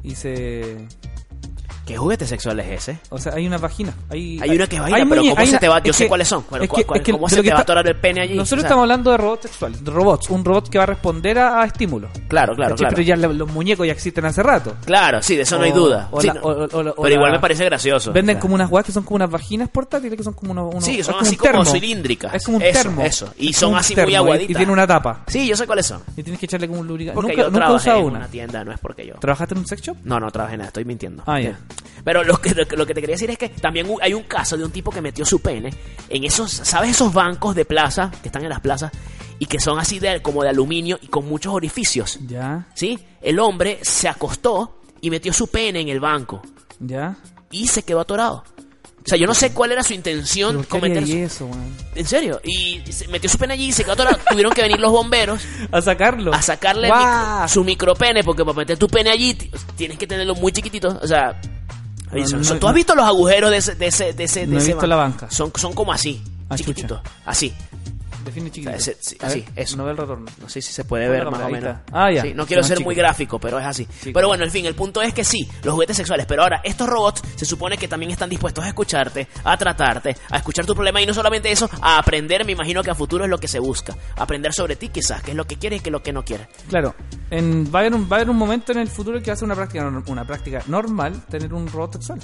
[SPEAKER 2] y se.
[SPEAKER 1] ¿qué juguete sexual es ese?
[SPEAKER 2] O sea, hay unas vaginas. Hay,
[SPEAKER 1] Hay una que es vagina, pero
[SPEAKER 2] muñe-
[SPEAKER 1] ¿cómo
[SPEAKER 2] hay
[SPEAKER 1] se
[SPEAKER 2] una-
[SPEAKER 1] te va? Yo
[SPEAKER 2] es
[SPEAKER 1] sé
[SPEAKER 2] que-
[SPEAKER 1] cuáles son. Cuál-
[SPEAKER 2] es que-
[SPEAKER 1] cuál-
[SPEAKER 2] es que-
[SPEAKER 1] ¿Cómo
[SPEAKER 2] de
[SPEAKER 1] se
[SPEAKER 2] lo
[SPEAKER 1] te
[SPEAKER 2] que
[SPEAKER 1] va a
[SPEAKER 2] está-
[SPEAKER 1] atorar el pene allí?
[SPEAKER 2] Nosotros
[SPEAKER 1] O sea,
[SPEAKER 2] estamos hablando de robots sexuales, de robots, un robot que va a responder a, a estímulos.
[SPEAKER 1] Claro,
[SPEAKER 2] ¿Cachai?
[SPEAKER 1] claro, claro.
[SPEAKER 2] Pero ya la- los muñecos ya existen hace rato.
[SPEAKER 1] Claro, sí, de eso no hay
[SPEAKER 2] O-
[SPEAKER 1] duda.
[SPEAKER 2] o
[SPEAKER 1] Sí,
[SPEAKER 2] la-
[SPEAKER 1] no.
[SPEAKER 2] o- o- o la- o
[SPEAKER 1] pero igual
[SPEAKER 2] la-
[SPEAKER 1] me parece gracioso.
[SPEAKER 2] Venden
[SPEAKER 1] O sea,
[SPEAKER 2] como unas guas que son como unas vaginas portátiles que son como unos. unos-
[SPEAKER 1] Sí, que
[SPEAKER 2] es
[SPEAKER 1] son
[SPEAKER 2] como
[SPEAKER 1] así
[SPEAKER 2] un termo.
[SPEAKER 1] como cilíndricas.
[SPEAKER 2] Es como un
[SPEAKER 1] Eso,
[SPEAKER 2] termo.
[SPEAKER 1] eso. Y
[SPEAKER 2] Es
[SPEAKER 1] son
[SPEAKER 2] como un
[SPEAKER 1] así muy
[SPEAKER 2] termo, y-
[SPEAKER 1] aguaditas.
[SPEAKER 2] Y tiene una tapa.
[SPEAKER 1] Sí, yo sé cuáles son.
[SPEAKER 2] Y tienes que echarle como un lubricante.
[SPEAKER 1] Porque
[SPEAKER 2] Nunca,
[SPEAKER 1] yo
[SPEAKER 2] nunca he
[SPEAKER 1] trabajé
[SPEAKER 2] usado
[SPEAKER 1] en
[SPEAKER 2] una.
[SPEAKER 1] una tienda, no es porque yo.
[SPEAKER 2] ¿Trabajaste en un sex shop?
[SPEAKER 1] No, no trabajé nada, estoy mintiendo. Eh,
[SPEAKER 2] Ah, ya.
[SPEAKER 1] Pero lo que, lo, que- lo que te quería decir es que también hu- hay un caso de un tipo que metió su pene en esos, ¿sabes? Esos bancos de plaza que están en las plazas y que son así de, como de aluminio y con muchos orificios.
[SPEAKER 2] Ya,
[SPEAKER 1] ¿Sí? El hombre se acostó y metió su pene en el banco
[SPEAKER 2] ya.
[SPEAKER 1] y se quedó atorado. O sea, yo no sé cuál era su
[SPEAKER 2] ¿Pero
[SPEAKER 1] intención
[SPEAKER 2] ¿Por qué
[SPEAKER 1] cometer su-
[SPEAKER 2] haría eso, weón?
[SPEAKER 1] ¿En serio? Y se metió su pene allí y se quedó atorado. Tuvieron que venir los bomberos
[SPEAKER 2] A sacarlo.
[SPEAKER 1] a sacarle el
[SPEAKER 2] Guau.
[SPEAKER 1] micro- su micropene, porque para meter tu pene allí ti- tienes que tenerlo muy chiquitito. O sea,
[SPEAKER 2] No,
[SPEAKER 1] son-
[SPEAKER 2] no,
[SPEAKER 1] son-
[SPEAKER 2] no.
[SPEAKER 1] ¿tú has visto los agujeros de ese, de ese, de ese, de
[SPEAKER 2] No he
[SPEAKER 1] ese
[SPEAKER 2] visto la banca.
[SPEAKER 1] Son, son como así,
[SPEAKER 2] Ah,
[SPEAKER 1] chiquititos. Así.
[SPEAKER 2] Define chiquito.
[SPEAKER 1] O sea, ese- sí,
[SPEAKER 2] A ver,
[SPEAKER 1] así, eso.
[SPEAKER 2] No ve el retorno.
[SPEAKER 1] No sé si se puede
[SPEAKER 2] Ponlo
[SPEAKER 1] ver más o
[SPEAKER 2] ahí
[SPEAKER 1] menos.
[SPEAKER 2] está. Ah, ya.
[SPEAKER 1] Sí, no quiero
[SPEAKER 2] Más
[SPEAKER 1] ser
[SPEAKER 2] chico.
[SPEAKER 1] muy gráfico, pero es así. Pero bueno, en fin, el punto es que sí, los juguetes sexuales. Pero ahora, estos robots se supone que también están dispuestos a escucharte, a tratarte, a escuchar tu problema y no solamente eso, a aprender. Me imagino que a futuro es lo que se busca. Aprender sobre ti, quizás, qué es lo que quieres y qué es lo que no quieres.
[SPEAKER 2] Claro, en, va, a haber un, va a haber un momento en el futuro que va a ser una práctica, nor- una práctica normal tener un robot sexual.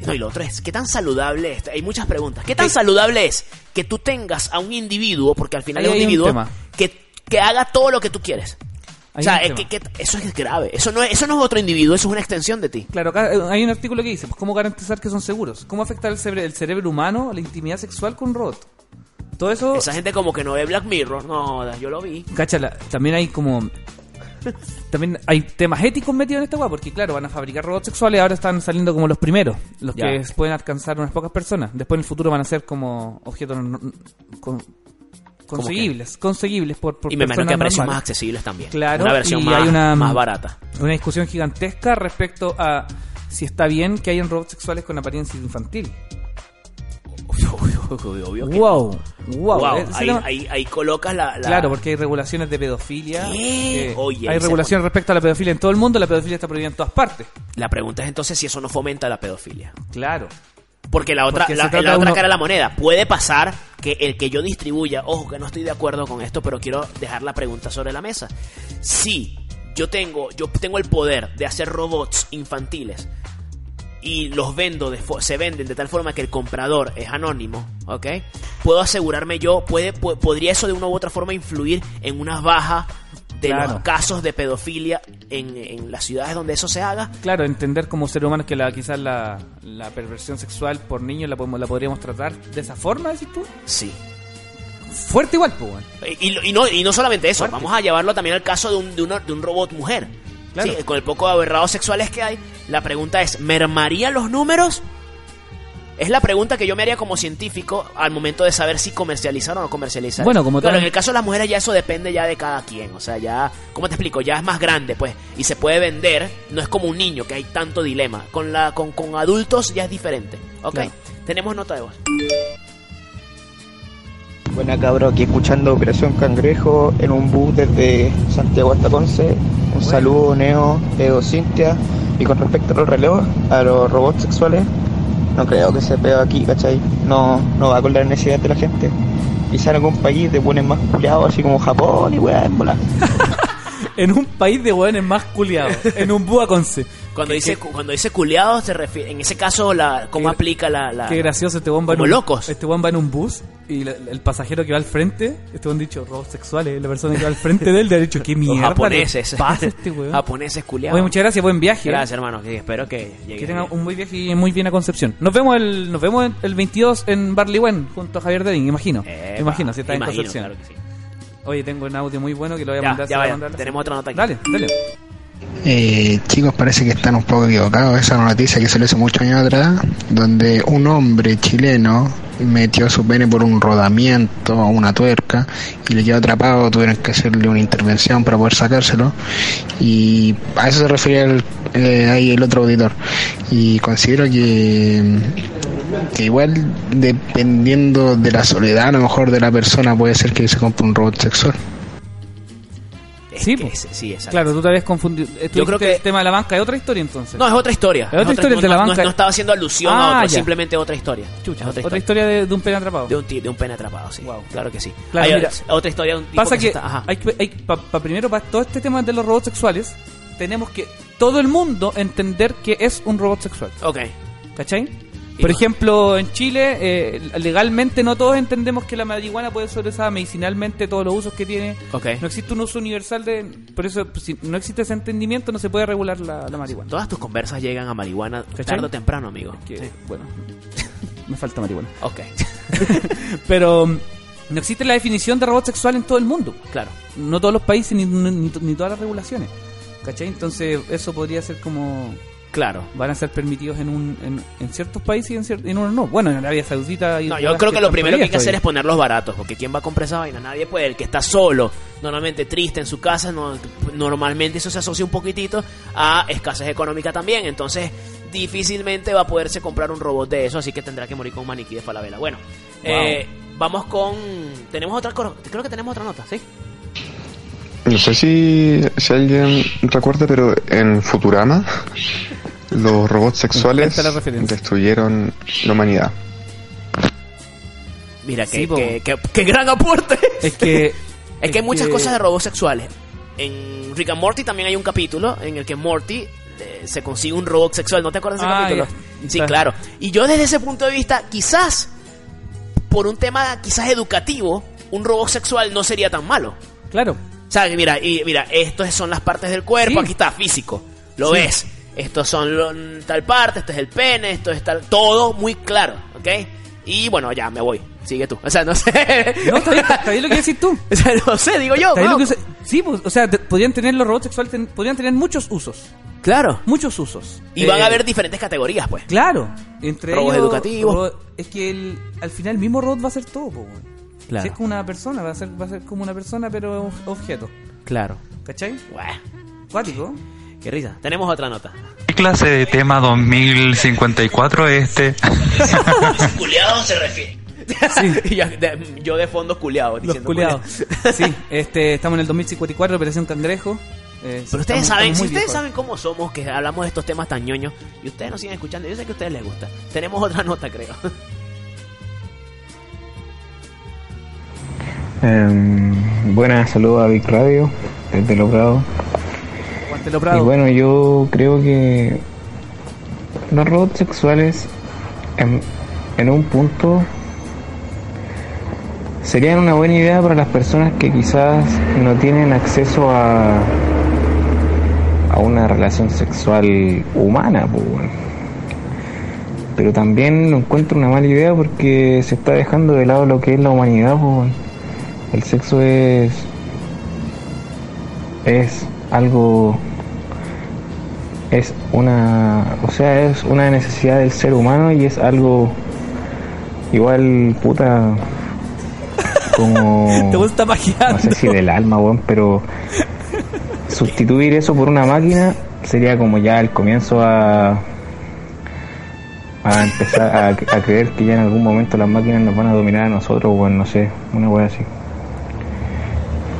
[SPEAKER 1] No, y lo otro es, ¿qué tan saludable es? Hay muchas preguntas. ¿Qué tan saludable es que tú tengas a un individuo, porque al final
[SPEAKER 2] Ahí
[SPEAKER 1] es un
[SPEAKER 2] hay un
[SPEAKER 1] individuo,
[SPEAKER 2] tema.
[SPEAKER 1] que, que haga todo lo que tú quieres?
[SPEAKER 2] Hay
[SPEAKER 1] o sea,
[SPEAKER 2] un
[SPEAKER 1] es
[SPEAKER 2] tema.
[SPEAKER 1] que, que- eso es grave. Eso no es, eso no es otro individuo, eso es una extensión de ti.
[SPEAKER 2] Claro, acá eh, hay un artículo que dice, pues, ¿cómo garantizar que son seguros? ¿Cómo afectar el cerebro, el cerebro humano la intimidad sexual con un robot? Todo eso...
[SPEAKER 1] Esa gente como que no ve Black Mirror. No, yo lo vi.
[SPEAKER 2] Cacha, la- también hay como. También hay temas éticos metidos en esta weá, porque claro, van a fabricar robots sexuales, ahora están saliendo como los primeros, los
[SPEAKER 1] Ya.
[SPEAKER 2] que pueden alcanzar unas pocas personas. Después en el futuro van a ser como objetos no- no- con- conseguibles, conseguibles por, por
[SPEAKER 1] Y me imagino que a precios más
[SPEAKER 2] normales.
[SPEAKER 1] accesibles también.
[SPEAKER 2] Claro,
[SPEAKER 1] una versión
[SPEAKER 2] y
[SPEAKER 1] más,
[SPEAKER 2] hay una-
[SPEAKER 1] más barata.
[SPEAKER 2] Una discusión gigantesca respecto a si está bien que hayan robots sexuales con apariencia infantil.
[SPEAKER 1] Obvio, obvio, obvio, obvio que-
[SPEAKER 2] Wow, wow,
[SPEAKER 1] Wow,
[SPEAKER 2] eh, ese
[SPEAKER 1] ahí,
[SPEAKER 2] tema-
[SPEAKER 1] ahí, ahí colocas la, la-
[SPEAKER 2] Claro, porque hay regulaciones de pedofilia.
[SPEAKER 1] ¿Qué?
[SPEAKER 2] eh,
[SPEAKER 1] Oye,
[SPEAKER 2] hay
[SPEAKER 1] ese-
[SPEAKER 2] regulaciones respecto a la pedofilia en todo el mundo, la pedofilia está prohibida en todas partes.
[SPEAKER 1] la pregunta es entonces si eso no fomenta la pedofilia.
[SPEAKER 2] Claro.
[SPEAKER 1] Porque la otra,
[SPEAKER 2] Porque
[SPEAKER 1] la,
[SPEAKER 2] se trata
[SPEAKER 1] la
[SPEAKER 2] de
[SPEAKER 1] otra
[SPEAKER 2] uno-
[SPEAKER 1] cara de la moneda. Puede pasar que el que yo distribuya, ojo que no estoy de acuerdo con esto, pero quiero dejar la pregunta sobre la mesa. Si yo tengo, yo tengo el poder de hacer robots infantiles y los vendo de fo- se venden de tal forma que el comprador es anónimo, ¿ok? Puedo asegurarme yo, puede, pu- podría eso de una u otra forma influir en una baja de los
[SPEAKER 2] Claro.
[SPEAKER 1] casos de pedofilia en, en las ciudades donde eso se haga.
[SPEAKER 2] Claro, entender como ser humano que la, quizás la, la perversión sexual por niños la, podemos- la podríamos tratar de esa forma, decís tú.
[SPEAKER 1] Sí.
[SPEAKER 2] Fuerte igual, pues. weón.
[SPEAKER 1] Y, y no, y no solamente eso, vamos a llevarlo también al caso de un, de una- de un robot mujer.
[SPEAKER 2] Claro.
[SPEAKER 1] Sí, con el poco de aberrados sexuales que hay, la pregunta es, ¿mermaría los números? Es la pregunta que yo me haría como científico al momento de saber si comercializar o no comercializar.
[SPEAKER 2] Bueno, como
[SPEAKER 1] Claro,
[SPEAKER 2] tal-
[SPEAKER 1] en el caso de las mujeres ya eso depende ya de cada quien. O sea, ya, ¿cómo te explico? Ya es más grande, pues, y se puede vender. No es como un niño, que hay tanto dilema. Con, la, con, con adultos ya es diferente. Ok,
[SPEAKER 2] Claro.
[SPEAKER 1] tenemos nota de voz.
[SPEAKER 8] Buena cabro, aquí escuchando Operación Cangrejo en un bus desde Santiago hasta Conce. Un saludo, Neo, Edo, Cintia. Y con respecto a los relevos, a los robots sexuales, no creo que se pega aquí, ¿cachai? No, no va con la necesidad de la gente. Quizá en algún país te ponen más culiado, así como Japón y weá, en bola.
[SPEAKER 2] En un país de hueones más culiados, en un búa conce.
[SPEAKER 1] Cuando dice, cu- cuando dice culiados, se refiere, en ese caso, la, ¿cómo
[SPEAKER 2] Qué-
[SPEAKER 1] aplica la, la-
[SPEAKER 2] Qué gracioso, este bomba
[SPEAKER 1] Ah, Como locos.
[SPEAKER 2] Este weón va en un bus y la- la- el pasajero que va al frente, este weón dicho robots sexuales, la persona que va al frente de él le ha dicho, qué
[SPEAKER 1] los
[SPEAKER 2] mierda. le
[SPEAKER 1] japoneses?
[SPEAKER 2] pasa a este weón.
[SPEAKER 1] japoneses culiados.
[SPEAKER 2] Oye, muchas gracias, buen viaje. eh.
[SPEAKER 1] Gracias, hermano. que espero que llegue.
[SPEAKER 2] Que tenga un buen viaje y muy bien a Concepción. Nos vemos el, nos vemos el 22 en Barliwen junto a Javier Dedin, imagino.
[SPEAKER 1] Epa,
[SPEAKER 2] imagino, si está en
[SPEAKER 1] imagino,
[SPEAKER 2] Concepción.
[SPEAKER 1] claro que sí.
[SPEAKER 2] Oye, tengo un audio muy bueno que lo voy a
[SPEAKER 1] Ya,
[SPEAKER 2] mandar.
[SPEAKER 1] ya
[SPEAKER 2] se lo voy
[SPEAKER 1] vaya,
[SPEAKER 2] a mandar.
[SPEAKER 1] tenemos otra nota aquí.
[SPEAKER 2] Dale, dale.
[SPEAKER 8] Eh, chicos, parece que están un poco equivocados. Esa noticia que se le hizo muchos años atrás, donde un hombre chileno metió su pene por un rodamiento o una tuerca y le quedó atrapado. Tuvieron que hacerle una intervención para poder sacárselo. Y a eso se refería el, eh, ahí el otro auditor. Y considero que, que igual, dependiendo de la soledad, a lo mejor de la persona, puede ser que se compre un robot sexual.
[SPEAKER 1] Es
[SPEAKER 2] Sí,
[SPEAKER 1] que
[SPEAKER 2] po.
[SPEAKER 1] es- sí, exacto.
[SPEAKER 2] Claro, tú te habías confundido. Eh, tú
[SPEAKER 1] Yo
[SPEAKER 2] dijiste
[SPEAKER 1] creo que-
[SPEAKER 2] el tema de la banca es otra historia entonces.
[SPEAKER 1] No, es otra historia.
[SPEAKER 2] otra historia
[SPEAKER 1] no,
[SPEAKER 2] de la
[SPEAKER 1] no- no-
[SPEAKER 2] banca.
[SPEAKER 1] No, estaba haciendo alusión a
[SPEAKER 2] Ah,
[SPEAKER 1] otro,
[SPEAKER 2] ya.
[SPEAKER 1] simplemente otra historia.
[SPEAKER 2] Chucha,
[SPEAKER 1] Es
[SPEAKER 2] otra, historia de, de un pene atrapado.
[SPEAKER 1] De un, ti- de un pene atrapado, sí.
[SPEAKER 2] Wow.
[SPEAKER 1] Claro que sí.
[SPEAKER 2] Claro,
[SPEAKER 1] Hay
[SPEAKER 2] mira,
[SPEAKER 1] otra- otra historia de un tipo
[SPEAKER 2] Pasa
[SPEAKER 1] se
[SPEAKER 2] que,
[SPEAKER 1] está- ajá.
[SPEAKER 2] hay que- hay- pa- pa- primero para todo este tema de los robots sexuales, tenemos que todo el mundo entender que es un robot sexual.
[SPEAKER 1] Ok.
[SPEAKER 2] ¿Cachai?
[SPEAKER 1] Y
[SPEAKER 2] Por
[SPEAKER 1] no.
[SPEAKER 2] ejemplo, en Chile, eh, legalmente no todos entendemos que la marihuana puede ser usada medicinalmente, todos los usos que tiene.
[SPEAKER 1] Ok.
[SPEAKER 2] No existe un uso universal de... Por eso, pues, si no existe ese entendimiento, no se puede regular la, la marihuana.
[SPEAKER 1] Todas tus conversas llegan a marihuana
[SPEAKER 2] ¿Cachai?
[SPEAKER 1] tarde o temprano, amigo.
[SPEAKER 2] Que,
[SPEAKER 1] Sí.
[SPEAKER 2] Bueno, me falta marihuana.
[SPEAKER 1] Ok.
[SPEAKER 2] Pero mm, no existe la definición de robot sexual en todo el mundo.
[SPEAKER 1] claro.
[SPEAKER 2] No todos los países ni, ni- ni todas las regulaciones. ¿Cachai? Entonces eso podría ser como...
[SPEAKER 1] Claro.
[SPEAKER 2] Van a ser permitidos en, un, en, en ciertos países y en, cier- en unos no. Bueno, en Arabia Saudita... y
[SPEAKER 1] No,
[SPEAKER 2] otras
[SPEAKER 1] yo creo que lo
[SPEAKER 2] están
[SPEAKER 1] primero que hay que
[SPEAKER 2] prohibidas
[SPEAKER 1] hacer
[SPEAKER 2] todavía.
[SPEAKER 1] es ponerlos baratos, porque ¿quién va a comprar esa vaina? Nadie puede. El que está solo, normalmente triste en su casa, no- normalmente eso se asocia un poquitito a escasez económica también. Entonces, difícilmente va a poderse comprar un robot de eso, así que tendrá que morir con un maniquí de Falabella. Bueno, eh, vamos con. Tenemos otra. cor- Creo que tenemos otra nota, ¿sí?
[SPEAKER 9] No sé si, si alguien recuerda, pero en Futurama los robots sexuales
[SPEAKER 2] encanta la referencia.
[SPEAKER 9] destruyeron la humanidad.
[SPEAKER 1] Mira, qué,
[SPEAKER 2] Sí, po.
[SPEAKER 1] qué- qué- qué gran aporte.
[SPEAKER 2] Es que.
[SPEAKER 1] Es que hay muchas
[SPEAKER 2] que-
[SPEAKER 1] cosas de robots sexuales. En Rick and Morty también hay un capítulo en el que Morty eh, se consigue un robot sexual. ¿No te acuerdas de ese
[SPEAKER 2] Ah,
[SPEAKER 1] capítulo?
[SPEAKER 2] ya.
[SPEAKER 1] Sí, claro. Y yo desde ese punto de vista, quizás, por un tema quizás educativo, un robot sexual no sería tan malo.
[SPEAKER 2] Claro.
[SPEAKER 1] O sea, que mira, y mira, estas son las partes del cuerpo, aquí está, físico. Lo
[SPEAKER 2] Sí.
[SPEAKER 1] ves. Estos son lo- tal parte, este es el pene, esto es tal... Todo muy claro, ¿ok? Y bueno, ya, me voy. Sigue tú. O sea, no sé.
[SPEAKER 2] No, está bien, está bien lo que decís tú.
[SPEAKER 1] O sea, no sé, digo yo.
[SPEAKER 2] Está bien lo
[SPEAKER 1] ¿no?
[SPEAKER 2] que se- sí, pues, o sea, te- podrían tener los robots sexuales, ten- podrían tener muchos usos.
[SPEAKER 1] Claro.
[SPEAKER 2] Muchos usos.
[SPEAKER 1] Y van
[SPEAKER 2] Eh,
[SPEAKER 1] a haber diferentes categorías, pues.
[SPEAKER 2] Claro. Entre
[SPEAKER 1] Robots
[SPEAKER 2] ellos,
[SPEAKER 1] educativos.
[SPEAKER 2] robo- es que el- al final el mismo robot va a hacer todo, po, weón.
[SPEAKER 1] Claro.
[SPEAKER 2] Si es como una persona, va a ser, va a ser como una persona, pero ob- objeto.
[SPEAKER 1] Claro.
[SPEAKER 2] ¿Cachai?
[SPEAKER 1] Bueno,
[SPEAKER 2] Cuático.
[SPEAKER 1] qué risa. Tenemos otra nota.
[SPEAKER 10] ¿Qué clase de tema 2054 es este?
[SPEAKER 1] ¿Culeado se refiere? Y yo, de, yo de fondo culeado.
[SPEAKER 2] Los
[SPEAKER 1] diciendo
[SPEAKER 2] culiados. sí, este, estamos en el 2054, Operación Cangrejo. Eh,
[SPEAKER 1] Pero ustedes
[SPEAKER 2] estamos-
[SPEAKER 1] saben,
[SPEAKER 2] estamos
[SPEAKER 1] si
[SPEAKER 2] muy
[SPEAKER 1] ustedes
[SPEAKER 2] viejos.
[SPEAKER 1] saben cómo somos, que hablamos de estos temas tan ñoños, y ustedes nos siguen escuchando, yo sé que a ustedes les gusta. Tenemos otra nota, creo.
[SPEAKER 11] Em, buenas, saludos a Vic Radio, desde Loprado.
[SPEAKER 2] Aguante lo Prado.
[SPEAKER 11] Y bueno, yo creo que los robots sexuales en, en un punto serían una buena idea para las personas que quizás no tienen acceso a, a una relación sexual humana. pues, bueno. Pero también lo encuentro una mala idea porque se está dejando de lado lo que es la humanidad. pues, bueno. El sexo es es algo es una o sea es una necesidad del ser humano y es algo igual puta como no sé si del alma weón pero sustituir eso por una máquina sería como ya el comienzo a a empezar a, a creer que ya en algún momento las máquinas nos van a dominar a nosotros weón no sé una wea así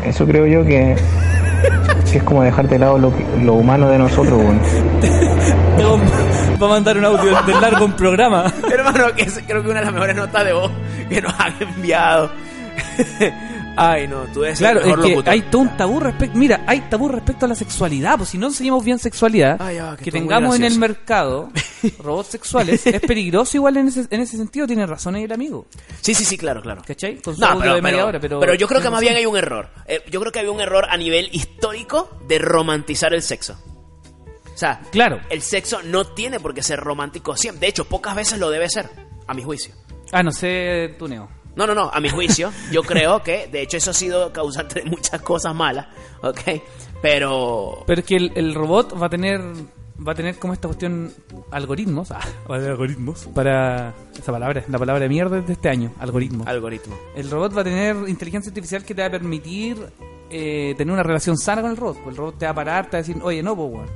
[SPEAKER 11] eso creo yo que, que es como dejar de lado lo, que- lo humano de nosotros, weón.
[SPEAKER 2] Va a mandar un audio del largo un programa.
[SPEAKER 1] Hermano, que es- creo que una de las mejores notas de voz que nos han enviado. Ay, no, tú eres
[SPEAKER 2] Claro,
[SPEAKER 1] el mejor
[SPEAKER 2] es que
[SPEAKER 1] locutor.
[SPEAKER 2] hay todo un tabú respecto. Mira, hay tabú respecto a la sexualidad. Pues si no enseñamos bien sexualidad,
[SPEAKER 1] Ah, ya,
[SPEAKER 2] que,
[SPEAKER 1] que todo muy
[SPEAKER 2] tengamos en el mercado
[SPEAKER 1] gracioso.
[SPEAKER 2] robots sexuales, es peligroso igual en ese, en ese sentido. Tiene razón ahí el amigo.
[SPEAKER 1] Sí, sí, sí, claro, claro.
[SPEAKER 2] ¿Cachai? Con su
[SPEAKER 1] No,
[SPEAKER 2] audio
[SPEAKER 1] pero,
[SPEAKER 2] de media
[SPEAKER 1] pero-
[SPEAKER 2] hora, pero,
[SPEAKER 1] pero yo creo que más bien
[SPEAKER 2] razón.
[SPEAKER 1] hay un error. Eh, yo creo que había un error a nivel histórico de romantizar el sexo. O sea,
[SPEAKER 2] Claro.
[SPEAKER 1] el sexo no tiene por qué ser romántico siempre. De hecho, pocas veces lo debe ser, a mi juicio.
[SPEAKER 2] Ah, no sé, Tuneo.
[SPEAKER 1] No, no, no, a mi juicio, yo creo que, de hecho, eso ha sido causante de muchas cosas malas, ¿ok? Pero...
[SPEAKER 2] Pero es que el, el robot va a tener va a tener como esta cuestión algoritmos, ah, va a tener algoritmos para esa palabra, la palabra de mierda de este año, algoritmo.
[SPEAKER 1] Algoritmo.
[SPEAKER 2] El robot va a tener inteligencia artificial que te va a permitir eh, tener una relación sana con el robot. pues El robot te va a parar, te va a decir, oye, no, pues, weón.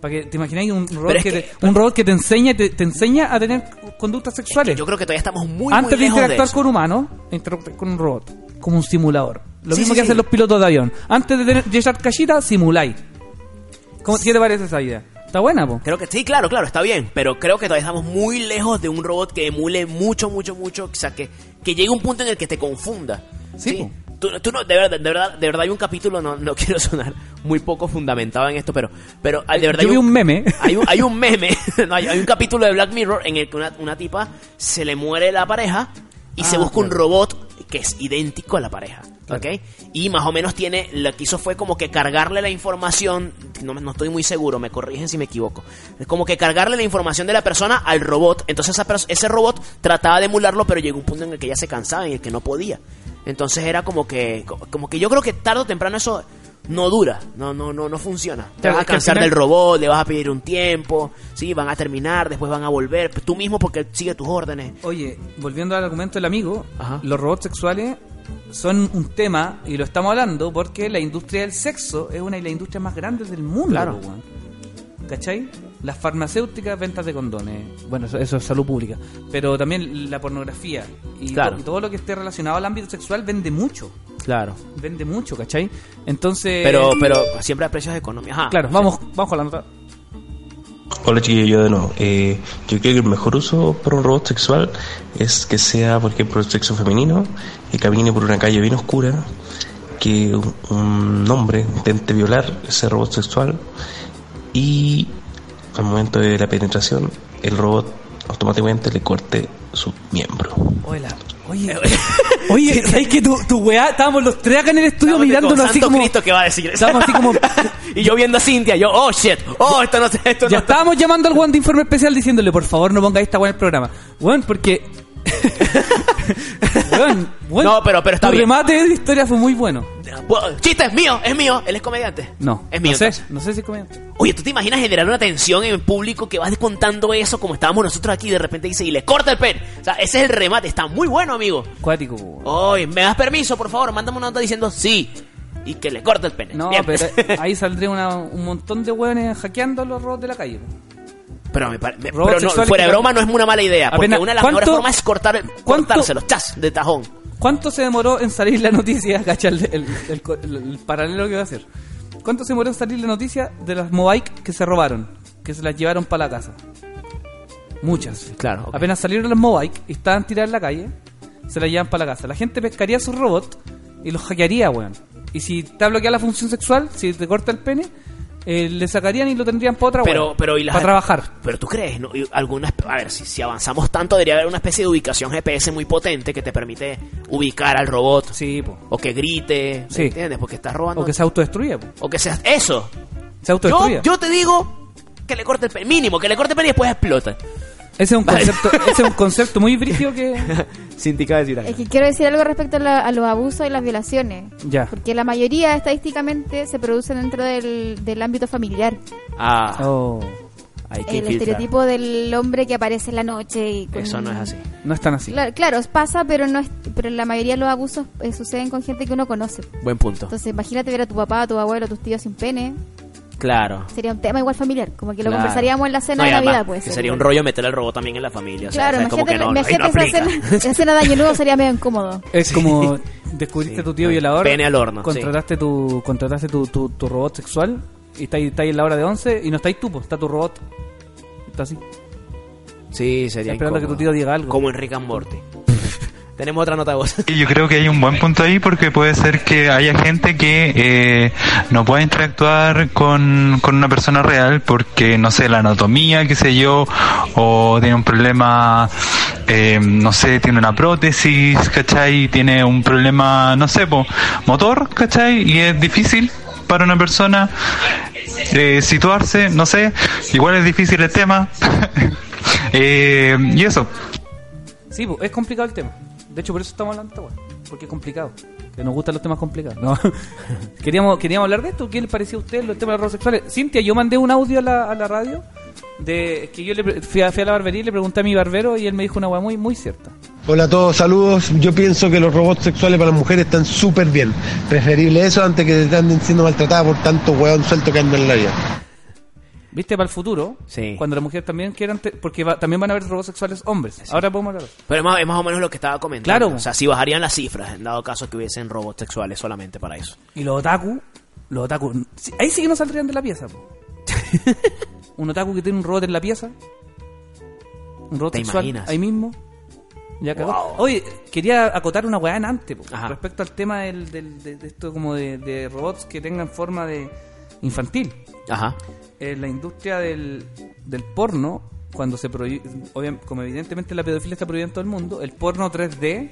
[SPEAKER 2] Para que te imagináis un robot
[SPEAKER 1] es
[SPEAKER 2] que,
[SPEAKER 1] que-
[SPEAKER 2] te, un robot que te enseña te, te enseña a tener conductas sexuales.
[SPEAKER 1] Yo creo que todavía estamos muy,
[SPEAKER 2] Antes
[SPEAKER 1] muy
[SPEAKER 2] de
[SPEAKER 1] lejos de
[SPEAKER 2] interactuar
[SPEAKER 1] eso.
[SPEAKER 2] con un humano, interactuar con un robot, como un simulador. Lo
[SPEAKER 1] Sí,
[SPEAKER 2] mismo
[SPEAKER 1] sí,
[SPEAKER 2] que
[SPEAKER 1] sí.
[SPEAKER 2] hacen los pilotos de avión. Ah, Antes de tener, de echar cachita, simuláis. ¿Cómo, ¿Qué te parece esa idea? Está buena, po.
[SPEAKER 1] Creo que sí, claro, claro, está bien, pero creo que todavía estamos muy lejos de un robot que emule mucho, mucho, mucho, o sea, que, que llegue un punto en el que te confunda.
[SPEAKER 2] Sí,
[SPEAKER 1] Tú, tú no, de verdad, de verdad, de verdad hay un capítulo, no, no quiero sonar muy poco fundamentado en esto, pero, pero ah, de verdad
[SPEAKER 2] Yo
[SPEAKER 1] hay
[SPEAKER 2] vi un meme.
[SPEAKER 1] hay un, hay un meme, no, hay, hay un capítulo de Black Mirror en el que una, una tipa se le muere la pareja y se
[SPEAKER 2] Ah,
[SPEAKER 1] busca un
[SPEAKER 2] claro.
[SPEAKER 1] robot que es idéntico a la pareja. ¿ok? Y más o menos tiene, lo que hizo fue como que cargarle la información, no, me- no estoy muy seguro, me corrigen si me equivoco, es como que cargarle la información de la persona al robot, entonces esa pers- ese robot trataba de emularlo, pero llegó un punto en el que ya se cansaba, en el que no podía. Entonces era como que, co- como que yo creo que tarde o temprano eso no dura, no, no, no, no funciona. Te
[SPEAKER 2] Claro,
[SPEAKER 1] vas a
[SPEAKER 2] es que al
[SPEAKER 1] cansar
[SPEAKER 2] final-
[SPEAKER 1] del robot, le vas a pedir un tiempo, sí, van a terminar, después van a volver, tú mismo porque sigue tus órdenes.
[SPEAKER 2] Oye, volviendo al argumento del amigo,
[SPEAKER 1] Ajá.
[SPEAKER 2] los robots sexuales son un tema, y lo estamos hablando, porque la industria del sexo es una de las industrias más grandes del mundo.
[SPEAKER 1] Claro.
[SPEAKER 2] po, weón. ¿Cachai? Las farmacéuticas, ventas de condones. Bueno, eso, eso es salud pública. Pero también la pornografía. Y
[SPEAKER 1] Claro.
[SPEAKER 2] to- todo lo que esté relacionado al ámbito sexual vende mucho.
[SPEAKER 1] Claro.
[SPEAKER 2] Vende mucho, ¿cachai? Entonces...
[SPEAKER 1] Pero, pero siempre a precios económicos. Ajá.
[SPEAKER 2] Claro, vamos, vamos con la nota.
[SPEAKER 7] Hola chiquillos, yo de nuevo. Eh, yo creo que el mejor uso para un robot sexual es que sea, por ejemplo, el sexo femenino, que camine por una calle bien oscura, que un- un hombre intente violar ese robot sexual y al momento de la penetración el robot automáticamente le corte su miembro.
[SPEAKER 2] Hola.
[SPEAKER 1] Eh,
[SPEAKER 2] Oye, oye, ¿sabes que tu, tu weá? Estábamos los tres acá en el estudio mirándonos así
[SPEAKER 1] Santo
[SPEAKER 2] como.
[SPEAKER 1] Cristo que va a decir.
[SPEAKER 2] Estábamos así como.
[SPEAKER 1] y yo viendo a Cintia, yo, oh shit, oh, esto no sé, esto
[SPEAKER 2] Ya
[SPEAKER 1] no está.
[SPEAKER 2] estábamos llamando al Juan de Informe Especial diciéndole, por favor, no ponga esta weá en el programa. Juan, porque. Juan, Juan.
[SPEAKER 1] No, pero- pero está
[SPEAKER 2] tu
[SPEAKER 1] bien.
[SPEAKER 2] remate de historia fue muy bueno.
[SPEAKER 1] Bueno, Chiste, es mío, es mío, él es comediante.
[SPEAKER 2] No.
[SPEAKER 1] Es mío,
[SPEAKER 2] No sé,
[SPEAKER 1] entonces.
[SPEAKER 2] no sé si comediante.
[SPEAKER 1] Oye, ¿tú te imaginas generar una tensión en el público que vas contando eso como estábamos nosotros aquí y de repente dice y le corta el pen? O sea, ese es el remate, está muy bueno, amigo.
[SPEAKER 2] Cuático, weón.
[SPEAKER 1] Oye, ¿me das permiso, por favor? Mándame una nota diciendo sí. Y que le corte el pene.
[SPEAKER 2] No,
[SPEAKER 1] Bien.
[SPEAKER 2] pero ahí saldría una- un montón de hueones hackeando los robots de la calle.
[SPEAKER 1] Pero, me pare- me-
[SPEAKER 2] Robots
[SPEAKER 1] pero no,
[SPEAKER 2] sexuales
[SPEAKER 1] fuera de
[SPEAKER 2] que-
[SPEAKER 1] broma no es una mala idea. Porque
[SPEAKER 2] Apenas-
[SPEAKER 1] una de las
[SPEAKER 2] ¿cuánto-
[SPEAKER 1] mejores formas es cortar, cortárselos, chas, de tajón.
[SPEAKER 2] ¿Cuánto se demoró en salir la noticia, cacha, el, el- el co- el- el paralelo que va a hacer? ¿Cuánto se demoró en salir la noticia de las Mobike que se robaron? Que se las llevaron para la casa. Muchas.
[SPEAKER 1] Claro. ok.
[SPEAKER 2] Apenas salieron las Mobike y estaban tiradas en la calle, se las llevan para la casa. La gente pescaría sus robots y los hackearía, weón. Y si te ha bloqueado la función sexual, si te corta el pene, eh, le sacarían y lo tendrían para otra,
[SPEAKER 1] Pero,
[SPEAKER 2] weón.
[SPEAKER 1] pero, ¿y las-
[SPEAKER 2] Para trabajar.
[SPEAKER 1] Pero tú crees, ¿no? Y Algunas, a ver, si, si avanzamos tanto, debería haber una especie de ubicación GPS muy potente que te permite ubicar al robot.
[SPEAKER 2] Sí, po.
[SPEAKER 1] O que grite, ¿me
[SPEAKER 2] Sí.
[SPEAKER 1] ¿entiendes? Porque estás robando.
[SPEAKER 2] O que se autodestruya, po.
[SPEAKER 1] o que seas. Eso.
[SPEAKER 2] Se
[SPEAKER 1] Yo,
[SPEAKER 2] autodestruya.
[SPEAKER 1] yo te digo que le corte el pene. Mínimo, que le corte el pene y después explota.
[SPEAKER 2] Ese es un concepto, ese es un concepto muy brígido que.
[SPEAKER 1] Sindica decir
[SPEAKER 3] Es que quiero decir algo respecto a, la- a los abusos y las violaciones.
[SPEAKER 2] Ya.
[SPEAKER 3] Porque la mayoría estadísticamente se producen dentro del, del ámbito familiar.
[SPEAKER 1] Ah.
[SPEAKER 2] Oh. Hay
[SPEAKER 3] El estereotipo del hombre que aparece en la noche y con-
[SPEAKER 1] Eso no es así.
[SPEAKER 2] No es tan así.
[SPEAKER 3] Cla- Claro, pasa, pero no es, pero la mayoría de los abusos eh, suceden con gente que uno conoce.
[SPEAKER 1] Buen punto.
[SPEAKER 3] Entonces, imagínate ver a tu papá, a tu abuelo, a tus tíos sin pene.
[SPEAKER 1] Claro.
[SPEAKER 3] Sería un tema igual familiar, como que lo
[SPEAKER 1] Claro.
[SPEAKER 3] conversaríamos en la cena
[SPEAKER 1] No, y
[SPEAKER 3] de Navidad,
[SPEAKER 1] además,
[SPEAKER 3] pues.
[SPEAKER 1] que sería un rollo meter al robot también en la familia. o sea,
[SPEAKER 3] Claro,
[SPEAKER 1] o sea, es como
[SPEAKER 3] imagínate,
[SPEAKER 1] que no, no, ahí
[SPEAKER 3] imagínate
[SPEAKER 1] no
[SPEAKER 3] esa
[SPEAKER 1] aplica.
[SPEAKER 3] cena, esa cena de Año Nuevo sería medio incómodo.
[SPEAKER 2] Es como descubriste a tu tío violador.
[SPEAKER 1] Pene al horno,
[SPEAKER 2] Contrataste tu, contrataste tu, tu, tu robot sexual y estáis está en la hora de 11 y no estáis tú, po, está tu robot. Está así.
[SPEAKER 1] Sí, sería
[SPEAKER 2] Esperando
[SPEAKER 1] incómodo.
[SPEAKER 2] que tu tío diga algo.
[SPEAKER 1] Como en Rick and Morty. Tenemos otra nota de voz.
[SPEAKER 10] Y yo creo que hay un buen punto ahí porque puede ser que haya gente que eh, no pueda interactuar con, con una persona real porque, no sé, la anatomía, qué sé yo, o tiene un problema, eh, no sé, tiene una prótesis, ¿cachai? Tiene un problema, no sé, po, motor, ¿cachai? Y es difícil para una persona eh, situarse, no sé, igual es difícil el tema. Eh, y eso.
[SPEAKER 2] Sí, po, es complicado el tema. De hecho, por eso estamos hablando de esta weá, Porque es complicado. Que nos gustan los temas complicados. No. queríamos, queríamos hablar de esto. ¿Qué les parecía a ustedes los temas de los sexuales? Cintia, yo mandé un audio a la, a la radio. De, que yo le pre- fui, a, fui a la barbería y le pregunté a mi barbero y él me dijo una weá muy, muy cierta.
[SPEAKER 12] Hola a todos, saludos. Yo pienso que los robots sexuales para las mujeres están súper bien. Preferible eso antes que te anden siendo maltratadas por tanto hueón suelto que andan en la vida.
[SPEAKER 2] ¿Viste? Para el futuro, cuando las mujeres también quieran, te- porque va- también van a haber robots sexuales hombres. Ahora podemos hablar.
[SPEAKER 1] Pero es más, es más o menos lo que estaba comentando.
[SPEAKER 2] Claro.
[SPEAKER 1] O sea, si bajarían las cifras, en dado caso que hubiesen robots sexuales solamente para eso.
[SPEAKER 2] Y los otaku, los otaku, sí, ahí sí que no saldrían de la pieza. po. un otaku que tiene un robot en la pieza, un robot
[SPEAKER 1] ¿Te
[SPEAKER 2] sexual
[SPEAKER 1] imaginas?
[SPEAKER 2] ahí mismo. Ya cagó. Oye, quería acotar una weá en antes, po, respecto al tema del, del- de, de esto como de, de robots que tengan forma de infantil.
[SPEAKER 1] Ajá.
[SPEAKER 2] Eh, la industria del, del porno, cuando se prohíbe, como evidentemente la pedofilia está prohibida en todo el mundo, el porno 3D,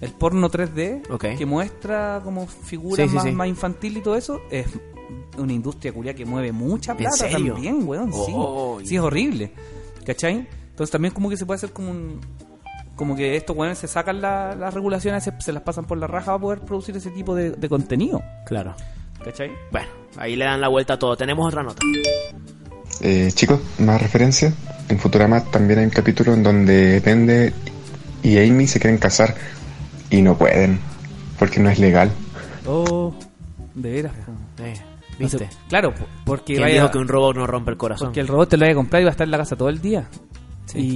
[SPEAKER 2] el porno 3D,
[SPEAKER 1] Ok.
[SPEAKER 2] que muestra como figuras
[SPEAKER 1] Sí, sí,
[SPEAKER 2] más,
[SPEAKER 1] sí.
[SPEAKER 2] más infantil y todo eso, es una industria curia que mueve mucha
[SPEAKER 1] ¿En
[SPEAKER 2] plata
[SPEAKER 1] serio?
[SPEAKER 2] también, weón. sí.
[SPEAKER 1] Oh,
[SPEAKER 2] sí, es horrible. ¿Cachai? Entonces también como que se puede hacer como un... Como que estos weones se sacan la- las regulaciones, se, se las pasan por la raja para poder producir ese tipo de, de contenido.
[SPEAKER 1] Claro.
[SPEAKER 2] ¿Cachai?
[SPEAKER 1] Bueno, ahí le dan la vuelta a todo. Tenemos otra nota.
[SPEAKER 9] Eh, chicos, más referencias. En Futurama también hay un capítulo en donde Dende y Amy se quieren casar y no pueden porque no es legal.
[SPEAKER 2] Oh, de veras. po.
[SPEAKER 1] Eh, ¿viste?
[SPEAKER 2] No sé, claro, po- porque
[SPEAKER 1] ¿Quién
[SPEAKER 2] vaya-
[SPEAKER 1] dijo que un robot no rompe el corazón?
[SPEAKER 2] porque el robot te lo vaya a comprar y va a estar en la casa todo el día.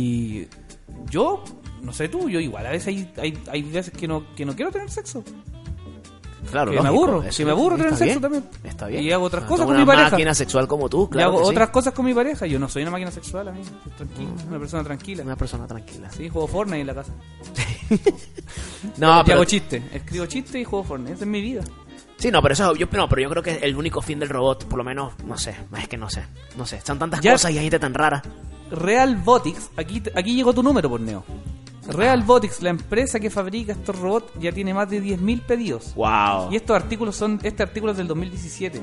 [SPEAKER 2] Y yo, no sé tú, yo igual a veces hay, hay, hay veces que no, que no quiero tener sexo.
[SPEAKER 1] Claro,
[SPEAKER 2] que
[SPEAKER 1] lógico,
[SPEAKER 2] me aburro,
[SPEAKER 1] eso
[SPEAKER 2] que me aburro de tener
[SPEAKER 1] está
[SPEAKER 2] sexo
[SPEAKER 1] bien,
[SPEAKER 2] también.
[SPEAKER 1] Está bien.
[SPEAKER 2] Y hago otras
[SPEAKER 1] Ah,
[SPEAKER 2] cosas
[SPEAKER 1] toma
[SPEAKER 2] con
[SPEAKER 1] una
[SPEAKER 2] mi pareja.
[SPEAKER 1] máquina sexual como tú,
[SPEAKER 2] y
[SPEAKER 1] claro.
[SPEAKER 2] hago
[SPEAKER 1] que sí.
[SPEAKER 2] otras cosas con mi pareja. Yo no soy una máquina sexual, a mí. Soy tranquilo, una persona tranquila.
[SPEAKER 1] Una persona tranquila.
[SPEAKER 2] Sí, juego Fortnite en la casa.
[SPEAKER 1] No,
[SPEAKER 2] Y hago
[SPEAKER 1] pero,
[SPEAKER 2] chistes. Escribo chistes y juego Fortnite. Esa es mi vida.
[SPEAKER 1] sí, no, pero eso yo, no, pero yo creo que el único fin del robot, por lo menos, no sé, es que no sé, no sé, son tantas
[SPEAKER 2] Ya-
[SPEAKER 1] cosas y hay gente tan rara.
[SPEAKER 2] Real Botics, aquí, aquí llegó tu número, por Neo.
[SPEAKER 1] Ah.
[SPEAKER 2] Real Botics, la empresa que fabrica estos robots, ya tiene más de 10.000 pedidos.
[SPEAKER 1] Wow.
[SPEAKER 2] Y estos artículos son, este artículo es del 2017.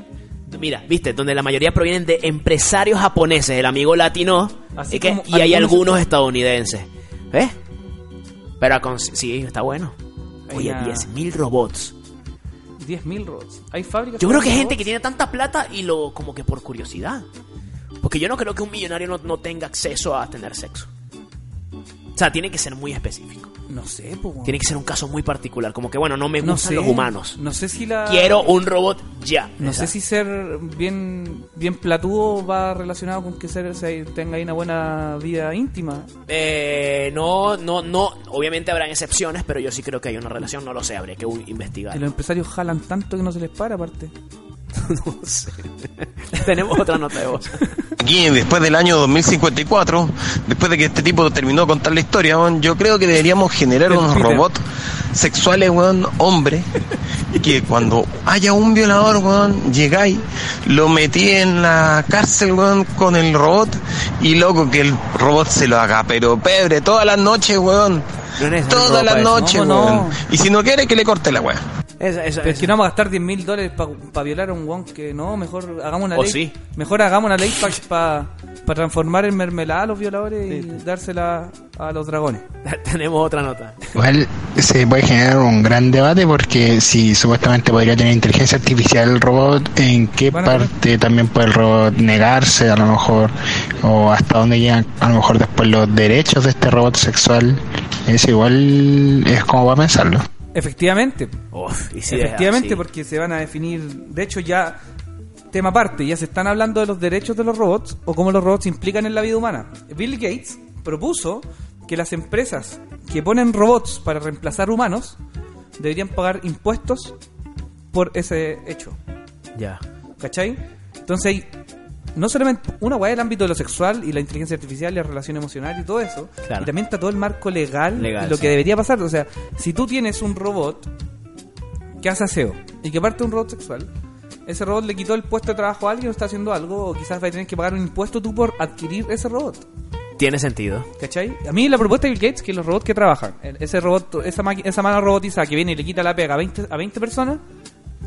[SPEAKER 1] Mira, viste, donde la mayoría provienen de empresarios japoneses, el amigo latino,
[SPEAKER 2] Así
[SPEAKER 1] y, que-
[SPEAKER 2] como
[SPEAKER 1] y hay
[SPEAKER 2] algunos-
[SPEAKER 1] algunos estadounidenses. ¿Ves? Pero con- sí, está bueno. Oye,
[SPEAKER 2] Una-
[SPEAKER 1] 10.000 robots.
[SPEAKER 2] 10.000 robots. Hay fábricas.
[SPEAKER 1] Yo creo que hay gente
[SPEAKER 2] robots.
[SPEAKER 1] que tiene tanta plata y lo como que por curiosidad. Porque yo no creo que un millonario no, no tenga acceso a tener sexo. O sea, tiene que ser muy específico.
[SPEAKER 2] No sé, pues. weón.
[SPEAKER 1] Tiene que ser un caso muy particular. Como que, bueno, no me
[SPEAKER 2] No
[SPEAKER 1] gustan
[SPEAKER 2] sé.
[SPEAKER 1] los humanos.
[SPEAKER 2] No sé si la.
[SPEAKER 1] Quiero un robot ya.
[SPEAKER 2] No
[SPEAKER 1] Esa.
[SPEAKER 2] sé si ser bien, bien platudo va relacionado con que ser, se- tenga ahí una buena vida íntima.
[SPEAKER 1] Eh, no, no, no. Obviamente habrán excepciones, pero yo sí creo que hay una relación. No lo sé, habría que uh,
[SPEAKER 2] Que
[SPEAKER 1] investigar.
[SPEAKER 2] los empresarios jalan tanto que no se les para, aparte.
[SPEAKER 1] no sé. Tenemos otra nota de voz.
[SPEAKER 13] Aquí, después del año 2054, después de que este tipo terminó de contar la historia, weón, yo creo que deberíamos generar
[SPEAKER 14] El
[SPEAKER 13] unos
[SPEAKER 14] Peter.
[SPEAKER 13] robots sexuales, weón, hombre, que cuando haya un violador, weón, llegáis, lo metí en la cárcel, weón, con el robot, y loco, que el robot se lo haga, pero pebre, todas las noches, weón.
[SPEAKER 2] ropa
[SPEAKER 13] Todas las
[SPEAKER 2] eso.
[SPEAKER 13] noches,
[SPEAKER 2] No,
[SPEAKER 13] weón.
[SPEAKER 2] no.
[SPEAKER 13] Y si no quiere, que le corte la weón.
[SPEAKER 2] Pero es que no vamos a gastar 10 mil dólares para violar a un guan que no, mejor hagamos una
[SPEAKER 1] Oh,
[SPEAKER 13] O
[SPEAKER 2] ley.
[SPEAKER 13] sí.
[SPEAKER 2] Mejor hagamos una ley para transformar en mermelada a los violadores y dársela a los dragones.
[SPEAKER 1] Tenemos otra nota.
[SPEAKER 8] Igual se puede generar un gran debate porque si supuestamente podría tener inteligencia artificial el robot, ¿en qué parte también puede el robot negarse a lo mejor? ¿O hasta dónde llegan a lo mejor después los derechos de este robot sexual? Es igual, es como va a pensarlo.
[SPEAKER 2] Efectivamente.
[SPEAKER 1] y sí,
[SPEAKER 2] Efectivamente,
[SPEAKER 1] sí.
[SPEAKER 2] porque se van a definir. De hecho, ya. Tema aparte, ya se están hablando de los derechos de los robots o cómo los robots se implican en la vida humana. Bill Gates propuso que las empresas que ponen robots para reemplazar humanos deberían pagar impuestos por ese hecho.
[SPEAKER 1] Ya.
[SPEAKER 2] ¿Cachai? Entonces hay no solamente una weá del ámbito de lo sexual y la inteligencia artificial y la relación emocional y todo eso,
[SPEAKER 1] Claro.
[SPEAKER 2] y también está todo el marco legal,
[SPEAKER 1] Legal,
[SPEAKER 2] y lo
[SPEAKER 1] sí.
[SPEAKER 2] que debería pasar. O sea, si tú tienes un robot que hace aseo y que parte un robot sexual, ese robot le quitó el puesto de trabajo a alguien o está haciendo algo, o quizás va a tener que pagar un impuesto tú por adquirir ese robot.
[SPEAKER 1] Tiene sentido.
[SPEAKER 2] ¿Cachai? A mí la propuesta de Bill Gates es que los robots que trabajan, el- ese robot, esa, maqui- esa mano robotizada que viene y le quita la pega a 20, a 20 personas,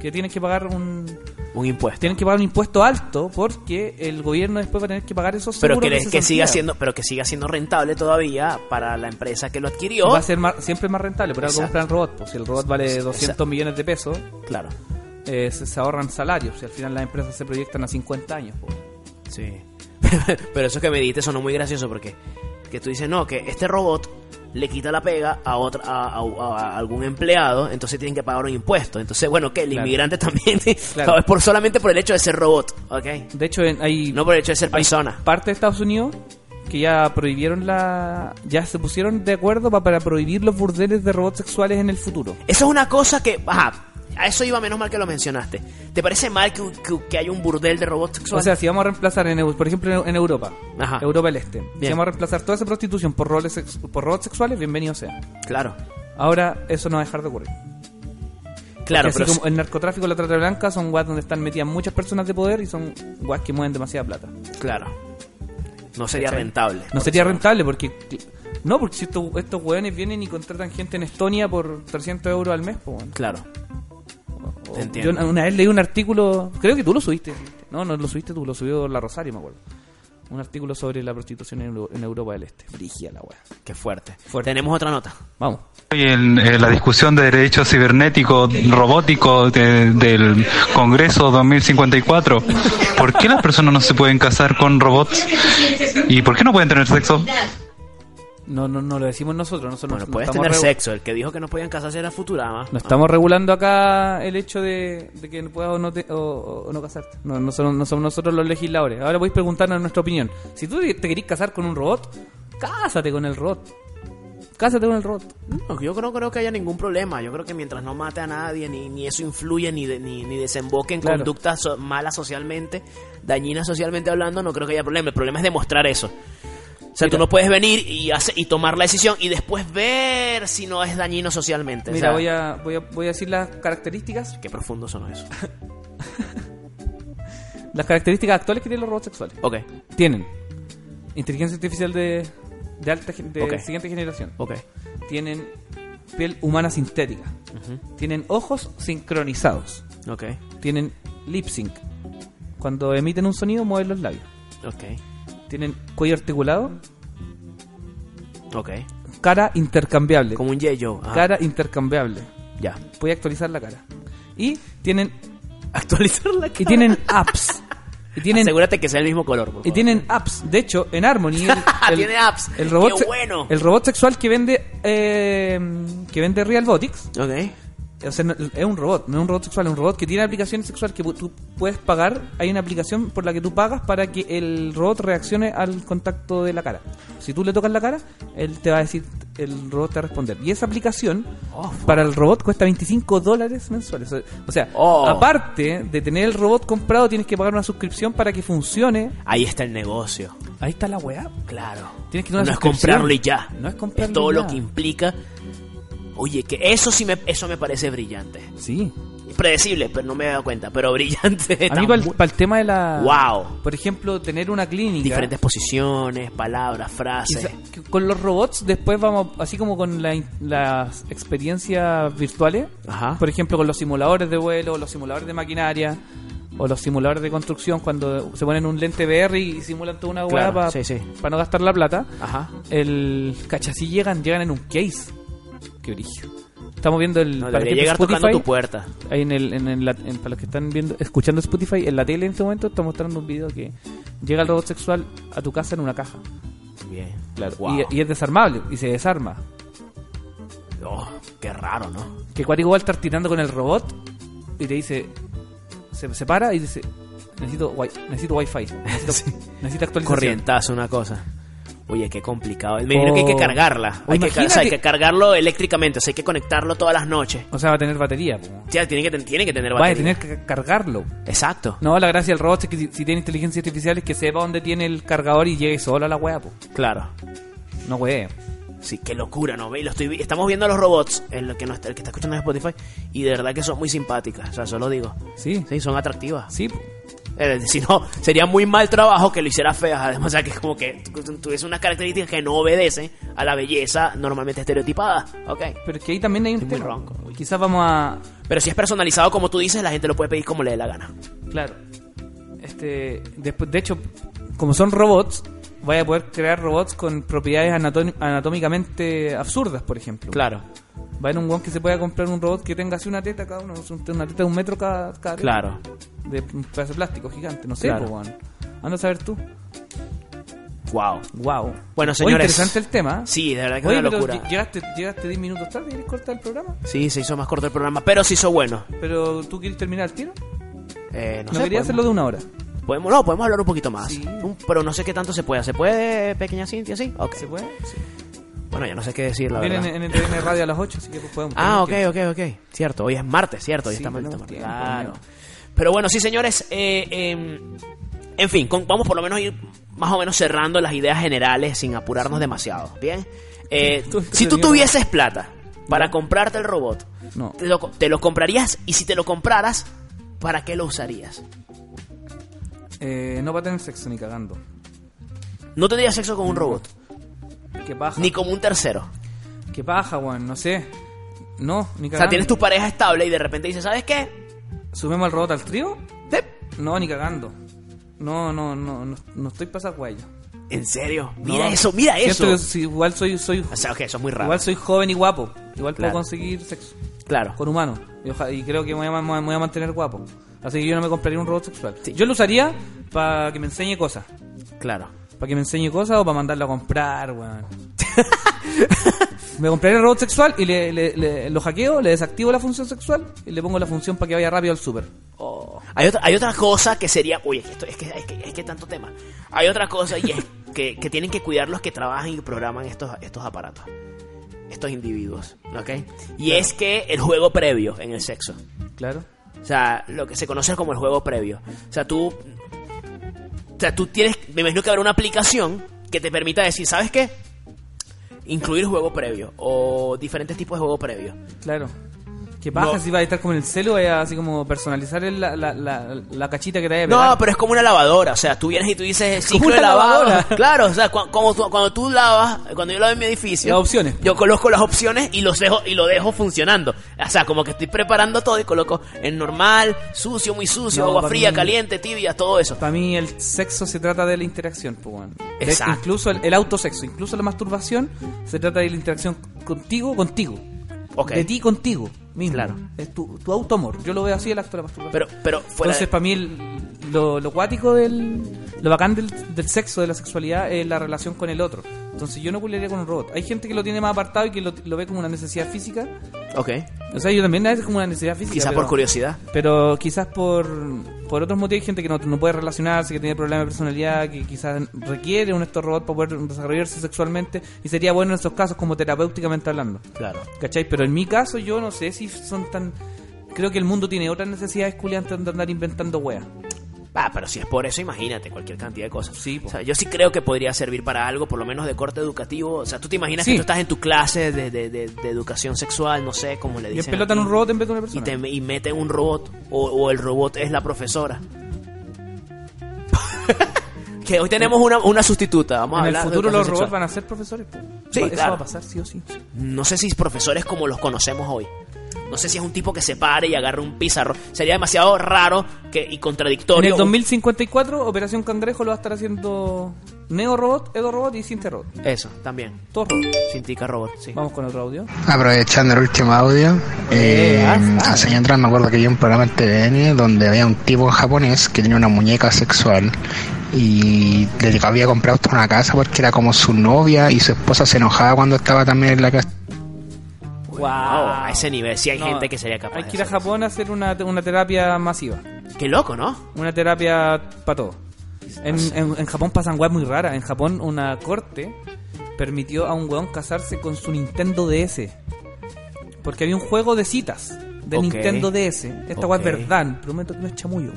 [SPEAKER 2] que tienen que pagar un,
[SPEAKER 1] Un impuesto.
[SPEAKER 2] tienen que pagar un impuesto alto porque el gobierno después va a tener que pagar esos
[SPEAKER 1] Pero
[SPEAKER 2] seguros
[SPEAKER 1] que,
[SPEAKER 2] se
[SPEAKER 1] que siga
[SPEAKER 2] sortean.
[SPEAKER 1] siendo, pero que siga siendo rentable todavía para la empresa que lo adquirió.
[SPEAKER 2] Va a ser más- siempre más rentable, pero algo
[SPEAKER 1] Exacto.
[SPEAKER 2] compran robot. pues, si el robot vale
[SPEAKER 1] Exacto.
[SPEAKER 2] 200 millones de pesos,
[SPEAKER 1] claro
[SPEAKER 2] eh, se, se ahorran salarios. Y al final las empresas se proyectan a 50 años. pues.
[SPEAKER 1] Sí. Pero eso que me dijiste sonó muy gracioso porque que tú dices, no, que este robot le quita la pega a, otra, a, a- a algún empleado, entonces tienen que pagar un impuesto. Entonces, bueno, que el
[SPEAKER 2] Claro.
[SPEAKER 1] inmigrante también
[SPEAKER 2] Claro.
[SPEAKER 1] es por solamente por el hecho de ser robot, ¿ok?
[SPEAKER 2] De hecho, en- hay.
[SPEAKER 1] No por el hecho de ser
[SPEAKER 2] hay
[SPEAKER 1] persona.
[SPEAKER 2] Parte de Estados Unidos que ya prohibieron la. Ya se pusieron de acuerdo pa- para prohibir los burdeles de robots sexuales en el futuro.
[SPEAKER 1] Eso es una cosa que, ajá, a eso iba menos mal que lo mencionaste. ¿Te parece mal que, que, que haya un burdel de robots
[SPEAKER 2] O
[SPEAKER 1] sexuales?
[SPEAKER 2] sea, si vamos a reemplazar, en, Eu- por ejemplo, en- en Europa,
[SPEAKER 1] Ajá.
[SPEAKER 2] Europa del Este, si
[SPEAKER 1] Bien.
[SPEAKER 2] vamos a reemplazar toda esa prostitución por, roles sex- por robots sexuales, bienvenido sea.
[SPEAKER 1] Claro.
[SPEAKER 2] Ahora, eso no va a dejar de ocurrir. Porque
[SPEAKER 1] Claro,
[SPEAKER 2] así
[SPEAKER 1] pero es-
[SPEAKER 2] como el narcotráfico y la trata blanca son guas donde están metidas muchas personas de poder y son guas que mueven demasiada plata.
[SPEAKER 1] Claro. No sería
[SPEAKER 2] ¿Cachai?
[SPEAKER 1] rentable.
[SPEAKER 2] No
[SPEAKER 1] por
[SPEAKER 2] sería
[SPEAKER 1] decirlo.
[SPEAKER 2] rentable porque... No, porque si estos, estos hueones vienen y contratan gente en Estonia por 300 euros al mes, pues bueno.
[SPEAKER 1] Claro.
[SPEAKER 2] O-
[SPEAKER 1] Te
[SPEAKER 2] yo
[SPEAKER 1] entiendo.
[SPEAKER 2] una una vez leí un artículo, creo que tú lo subiste. No, no lo subiste tú, lo subió La Rosario, me acuerdo. Un artículo sobre la prostitución en, Euro- en Europa del Este. Brigia la wea.
[SPEAKER 1] Qué fuerte. Tenemos otra nota.
[SPEAKER 2] Vamos.
[SPEAKER 10] Y el- eh, la discusión de derechos cibernéticos robóticos de- del Congreso 2054. ¿Por qué las personas no se pueden casar con robots? ¿Y por qué no pueden tener sexo?
[SPEAKER 2] No, no, no lo decimos nosotros. nosotros
[SPEAKER 1] Bueno,
[SPEAKER 2] no
[SPEAKER 1] puedes
[SPEAKER 2] estamos
[SPEAKER 1] tener
[SPEAKER 2] re-
[SPEAKER 1] sexo. El que dijo que no podían casarse era Futurama.
[SPEAKER 2] No estamos regulando acá el hecho de, de que puedas o no, te- o- o- o no casarte. No, no, somos, no somos nosotros los legisladores. Ahora podéis preguntarnos nuestra opinión. Si tú te querís casar con un robot, cásate con el robot. Cásate con el robot.
[SPEAKER 1] No, yo no creo que haya ningún problema. Yo creo que mientras no mate a nadie, ni, ni eso influye, ni, de- ni, ni desemboque en
[SPEAKER 2] Claro.
[SPEAKER 1] conductas so- malas socialmente, dañinas socialmente hablando, no creo que haya problema. El problema es demostrar eso. O sea, tú no puedes venir y, hace- y tomar la decisión y después ver si no es dañino socialmente.
[SPEAKER 2] Mira,
[SPEAKER 1] O sea,
[SPEAKER 2] voy a, voy, a, voy a decir las características.
[SPEAKER 1] Qué profundo son eso.
[SPEAKER 2] Las características actuales que tienen los robots sexuales.
[SPEAKER 1] Ok.
[SPEAKER 2] Tienen Inteligencia artificial de, de alta gen- de
[SPEAKER 1] Ok.
[SPEAKER 2] siguiente generación.
[SPEAKER 1] Ok.
[SPEAKER 2] Tienen piel humana sintética. Tienen ojos sincronizados.
[SPEAKER 1] Ok.
[SPEAKER 2] Tienen lip sync. Cuando emiten un sonido, mueven los labios. Tienen cuello articulado.
[SPEAKER 1] Ok.
[SPEAKER 2] Cara intercambiable.
[SPEAKER 1] Como un Yeyo. ajá.
[SPEAKER 2] Cara intercambiable.
[SPEAKER 1] Ya.
[SPEAKER 2] Voy a actualizar la cara. Y tienen.
[SPEAKER 1] Actualizar la
[SPEAKER 2] Y tienen apps. Y tienen,
[SPEAKER 1] Asegúrate que sea el mismo color, por
[SPEAKER 2] Y
[SPEAKER 1] favor. Ah,
[SPEAKER 2] tienen apps. De hecho, en Harmony. El, el-
[SPEAKER 1] Tiene apps.
[SPEAKER 2] El robot,
[SPEAKER 1] ¡Qué
[SPEAKER 2] se-
[SPEAKER 1] bueno!
[SPEAKER 2] el robot sexual que vende. eh, que vende Real Botics. O sea, no- es un robot, no es un robot sexual, es un robot que tiene aplicación sexual que pu- tú puedes pagar. Hay una aplicación por la que tú pagas para que el robot reaccione al contacto de la cara. Si tú le tocas la cara, él te va a decir, el robot te va a responder. Y esa aplicación para el robot cuesta 25 dólares mensuales. O sea,
[SPEAKER 1] Oh.
[SPEAKER 2] aparte de tener el robot comprado, tienes que pagar una suscripción para que funcione.
[SPEAKER 1] Ahí está el negocio.
[SPEAKER 2] Ahí está la weá.
[SPEAKER 1] Claro.
[SPEAKER 2] Tienes que
[SPEAKER 1] No
[SPEAKER 2] tener una
[SPEAKER 1] es
[SPEAKER 2] suscripción.
[SPEAKER 1] comprarlo y ya.
[SPEAKER 2] No es comprarlo
[SPEAKER 1] Es todo
[SPEAKER 2] y
[SPEAKER 1] lo
[SPEAKER 2] ya.
[SPEAKER 1] que implica. Oye, que eso sí me, eso me parece brillante.
[SPEAKER 2] Sí.
[SPEAKER 1] Predecible, pero no me he dado cuenta. Pero brillante.
[SPEAKER 2] A mí
[SPEAKER 1] tan
[SPEAKER 2] para el,
[SPEAKER 1] bu-
[SPEAKER 2] tema de la...
[SPEAKER 1] Wow.
[SPEAKER 2] Por ejemplo, tener una clínica...
[SPEAKER 1] Diferentes posiciones, palabras, frases.
[SPEAKER 2] Y sa- que Con los robots después vamos, así como con la in- las experiencias virtuales, por ejemplo con los simuladores de vuelo, los simuladores de maquinaria o los simuladores de construcción cuando se ponen un lente VR y simulan toda una hueá
[SPEAKER 1] Claro,
[SPEAKER 2] para
[SPEAKER 1] sí, sí.
[SPEAKER 2] no gastar la plata.
[SPEAKER 1] Ajá.
[SPEAKER 2] El cacha, así llegan, llegan en un case. Qué brillo. Estamos viendo el
[SPEAKER 1] No,
[SPEAKER 2] para la
[SPEAKER 1] debería
[SPEAKER 2] gente
[SPEAKER 1] llegar
[SPEAKER 2] de Spotify,
[SPEAKER 1] tocando tu puerta.
[SPEAKER 2] Ahí en el, en, en la- en- para los que están viendo, escuchando Spotify en la tele en este momento, está mostrando un video que llega el robot sexual a tu casa en una caja.
[SPEAKER 1] Bien.
[SPEAKER 2] Claro.
[SPEAKER 1] Wow.
[SPEAKER 2] Y, y es desarmable y se desarma.
[SPEAKER 1] Oh, qué raro, ¿no?
[SPEAKER 2] Que Cuático igual está tirando con el robot y te dice. Se, se para y dice: Necesito, wi necesito wifi. Necesito, necesito actualización.
[SPEAKER 1] Corrientazo, una cosa. Oye, qué complicado. Me imagino que hay que
[SPEAKER 2] Oh.
[SPEAKER 1] cargarla.
[SPEAKER 2] O
[SPEAKER 1] Hay que, car- o sea, hay
[SPEAKER 2] imagínate-
[SPEAKER 1] que cargarlo eléctricamente. O sea, hay que conectarlo todas las noches.
[SPEAKER 2] O sea, va a tener batería. po.
[SPEAKER 1] O sea, tiene que, ten- tiene que tener
[SPEAKER 2] Va a
[SPEAKER 1] batería.
[SPEAKER 2] tener que ca- cargarlo.
[SPEAKER 1] Exacto.
[SPEAKER 2] No, la gracia del robot es que si, si tiene inteligencia artificial es que sepa dónde tiene el cargador y llegue solo a la wea, po.
[SPEAKER 1] Claro.
[SPEAKER 2] No wea.
[SPEAKER 1] Sí, qué locura, ¿no? Ve, Lo estoy, vi- estamos viendo a los robots, en lo que no está, el que está escuchando en Spotify, y de verdad que son muy simpáticas, o sea, eso lo digo.
[SPEAKER 2] Sí.
[SPEAKER 1] Sí, son atractivas.
[SPEAKER 2] Sí.
[SPEAKER 1] Eh, si no, sería muy mal trabajo que lo hiciera feas, además, o sea, que es como que tu- tuviese unas características que no obedecen a la belleza normalmente estereotipada, ¿ok?
[SPEAKER 2] Pero es que ahí también hay un
[SPEAKER 1] tema.
[SPEAKER 2] Quizás vamos a...
[SPEAKER 1] Pero si es personalizado como tú dices, la gente lo puede pedir como le dé la gana.
[SPEAKER 2] Claro. Este, después, de hecho, como son robots, vaya a poder crear robots con propiedades anatón- anatómicamente absurdas, por ejemplo.
[SPEAKER 1] Claro.
[SPEAKER 2] Va a haber un guan que se pueda comprar un robot que tenga así una teta cada uno, una teta de un metro cada, cada teta.
[SPEAKER 1] Claro.
[SPEAKER 2] De un pedazo de plástico gigante, no sé,
[SPEAKER 1] Claro.
[SPEAKER 2] po, weón. Anda a saber tú.
[SPEAKER 1] Wow.
[SPEAKER 2] Wow.
[SPEAKER 1] Bueno, señores.
[SPEAKER 2] interesante el tema.
[SPEAKER 1] Sí, de verdad que
[SPEAKER 2] Oye,
[SPEAKER 1] una
[SPEAKER 2] pero
[SPEAKER 1] locura.
[SPEAKER 2] ll- llegaste, llegaste 10 minutos tarde, ¿querés cortar el programa?
[SPEAKER 1] Sí, se hizo más corto el programa, pero se hizo bueno.
[SPEAKER 2] Pero tú quieres terminar el tiro.
[SPEAKER 1] Eh,
[SPEAKER 2] No,
[SPEAKER 1] sé,
[SPEAKER 2] quería
[SPEAKER 1] podemos-
[SPEAKER 2] hacerlo de una hora.
[SPEAKER 1] Podemos, no, podemos hablar un poquito más. Un- pero no sé qué tanto se puede. ¿Se puede, pequeña Cintia, sí? Ok. ¿Se
[SPEAKER 2] puede?
[SPEAKER 1] Bueno, ya no sé qué decir, la
[SPEAKER 2] Viene
[SPEAKER 1] verdad.
[SPEAKER 2] en, en NTN Radio a las 8, así que pues, podemos.
[SPEAKER 1] Ah, ok,
[SPEAKER 2] tenemos
[SPEAKER 1] ok, ok. Cierto, hoy es martes, cierto. Hoy
[SPEAKER 2] Sí,
[SPEAKER 1] está
[SPEAKER 2] tenemos
[SPEAKER 1] martes,
[SPEAKER 2] tiempo,
[SPEAKER 1] Claro.
[SPEAKER 2] amigo.
[SPEAKER 1] Pero bueno, sí, señores. eh, eh, en fin, con- vamos por lo menos a ir más o menos cerrando las ideas generales sin apurarnos demasiado. Bien. Eh, si tú tuvieses plata para comprarte el robot,
[SPEAKER 2] No.
[SPEAKER 1] te, lo, co- te lo comprarías y si te lo compraras, ¿para qué lo usarías?
[SPEAKER 2] Eh, no va a tener sexo ni cagando.
[SPEAKER 1] No tendrías sexo con un robot,
[SPEAKER 2] Qué paja.
[SPEAKER 1] ni con un tercero.
[SPEAKER 2] Qué paja, weón, no sé. No, ni
[SPEAKER 1] O
[SPEAKER 2] cagando.
[SPEAKER 1] sea, tienes tu pareja estable y de repente dices, ¿sabes qué?
[SPEAKER 2] ¿Subimos al robot al trío? No, ni cagando. No, no, no, no, no estoy pasacuello.
[SPEAKER 1] ¿En serio? Mira eso, mira eso.
[SPEAKER 2] Siento que si- igual soy, soy.
[SPEAKER 1] O sea, ok, eso es muy raro.
[SPEAKER 2] Igual soy joven y guapo. Igual
[SPEAKER 1] Claro.
[SPEAKER 2] puedo conseguir sexo.
[SPEAKER 1] Claro.
[SPEAKER 2] Con humanos. Y, oja- y creo que me voy, a, ma- me voy a mantener guapo. Así que yo no me compraría un robot sexual. Yo lo usaría para que me enseñe cosas.
[SPEAKER 1] Claro.
[SPEAKER 2] Para que me enseñe cosas o para mandarlo a comprar, weón. me compraría el robot sexual y le, le- le- lo hackeo, le desactivo la función sexual y le pongo la función para que vaya rápido al súper. Oh.
[SPEAKER 1] Hay otra, hay otra cosa que sería. Uy, es que, esto- es, que, es, que, es que tanto tema. Hay otra cosa y es que, que tienen que cuidar los que trabajan y programan estos, estos aparatos, estos individuos. ¿Ok? Y es que el juego previo en el sexo.
[SPEAKER 2] Claro.
[SPEAKER 1] O sea, lo que se conoce como el juego previo. O sea, tú. O sea, tú tienes. Me imagino que habrá una aplicación que te permita decir, ¿sabes qué? Incluir juego previo o diferentes tipos de juego previo.
[SPEAKER 2] Claro. ¿Qué pasa si vas a estar como en el celu? Vaya así como personalizar el- la, la, la, la cachita que te vaya a
[SPEAKER 1] No,
[SPEAKER 2] pegar.
[SPEAKER 1] pero es como una lavadora. O sea, tú vienes y tú dices
[SPEAKER 2] Como
[SPEAKER 1] ciclo de
[SPEAKER 2] una
[SPEAKER 1] lavado.
[SPEAKER 2] lavadora.
[SPEAKER 1] Claro, o sea, cu- como tú- cuando tú lavas, cuando yo lavo en mi edificio.
[SPEAKER 2] Las opciones. pues.
[SPEAKER 1] Yo coloco las opciones y los dejo y lo dejo funcionando. O sea, como que estoy preparando todo y coloco en normal, sucio, muy sucio,
[SPEAKER 2] No,
[SPEAKER 1] agua
[SPEAKER 2] para
[SPEAKER 1] fría,
[SPEAKER 2] mí-
[SPEAKER 1] caliente, tibia, todo eso.
[SPEAKER 2] Para mí el sexo se trata de la interacción, pues, weón. De-
[SPEAKER 1] Exacto.
[SPEAKER 2] Incluso el, el autosexo, incluso la masturbación, se trata de la interacción contigo, contigo.
[SPEAKER 1] Ok.
[SPEAKER 2] De ti contigo mismo. Claro. Es tu, tu autoamor. Yo lo veo así el acto de la masturbación.
[SPEAKER 1] Pero, pero fuera
[SPEAKER 2] Entonces,
[SPEAKER 1] de-
[SPEAKER 2] para mí, el- lo, lo cuático del. Lo bacán del, del sexo, de la sexualidad, es la relación con el otro. Entonces, yo no culiaría con un robot. Hay gente que lo tiene más apartado y que lo, lo ve como una necesidad física.
[SPEAKER 1] Ok.
[SPEAKER 2] O sea, yo también a veces como una necesidad física.
[SPEAKER 1] Quizás
[SPEAKER 2] pero-
[SPEAKER 1] por curiosidad.
[SPEAKER 2] Pero quizás por, por otros motivos hay gente que no, no puede relacionarse, que tiene problemas de personalidad, que quizás requiere un estos robots para poder desarrollarse sexualmente. Y sería bueno en estos casos como terapéuticamente hablando.
[SPEAKER 1] Claro.
[SPEAKER 2] ¿Cachai? Pero en mi caso yo no sé si son tan... Creo que el mundo tiene otras necesidades culiantes de andar inventando weas.
[SPEAKER 1] Ah, pero si es por eso, imagínate cualquier cantidad de cosas. Sí, o sea, yo sí creo que podría servir para algo, por lo menos de corte educativo. O sea, tú te imaginas
[SPEAKER 2] Sí.
[SPEAKER 1] que tú estás en tu clase de, de- de- de educación sexual, no sé, como le
[SPEAKER 2] Y
[SPEAKER 1] dicen.
[SPEAKER 2] pelotan
[SPEAKER 1] aquí,
[SPEAKER 2] un robot en vez de una
[SPEAKER 1] Y,
[SPEAKER 2] persona.
[SPEAKER 1] te, y meten un robot, o, o el robot es la profesora. que hoy tenemos una, una sustituta. Vamos a
[SPEAKER 2] en el
[SPEAKER 1] hablar de
[SPEAKER 2] futuro los
[SPEAKER 1] educación
[SPEAKER 2] robots
[SPEAKER 1] sexual.
[SPEAKER 2] van a ser profesores. po.
[SPEAKER 1] Sí,
[SPEAKER 2] Va- Eso
[SPEAKER 1] claro.
[SPEAKER 2] va a pasar sí o sí.
[SPEAKER 1] No sé si profesores como los conocemos hoy. No sé si es un tipo que se pare y agarre un pizarro. Sería demasiado raro que, y
[SPEAKER 2] En
[SPEAKER 1] contradictorio.
[SPEAKER 2] el 2054 Operación Cangrejo lo va a estar haciendo Neo Robot, Edo Robot y Cinte Robot.
[SPEAKER 1] Eso, también.
[SPEAKER 2] Todo robot.
[SPEAKER 1] Sintica robot, sí.
[SPEAKER 2] Vamos con otro audio.
[SPEAKER 8] Aprovechando el último audio, eh, hace años atrás me acuerdo que había un programa en TVN donde había un tipo japonés que tenía una muñeca sexual y le había comprado hasta una casa porque era como su novia y su esposa se enojaba cuando estaba también en la casa.
[SPEAKER 1] Wow. a ese nivel, sí hay
[SPEAKER 2] No,
[SPEAKER 1] gente que sería capaz.
[SPEAKER 2] Hay
[SPEAKER 1] de
[SPEAKER 2] que ir a Japón a hacer una, una terapia masiva.
[SPEAKER 1] Qué loco, ¿no?
[SPEAKER 2] Una terapia para todo. En, en- en Japón pasan weas muy raras. En Japón una corte permitió a un weón casarse con su Nintendo DS. Porque había un juego de citas de
[SPEAKER 1] Ok.
[SPEAKER 2] Nintendo DS. Esta wea es
[SPEAKER 1] Ok.
[SPEAKER 2] verdad, prometo que no es chamullo.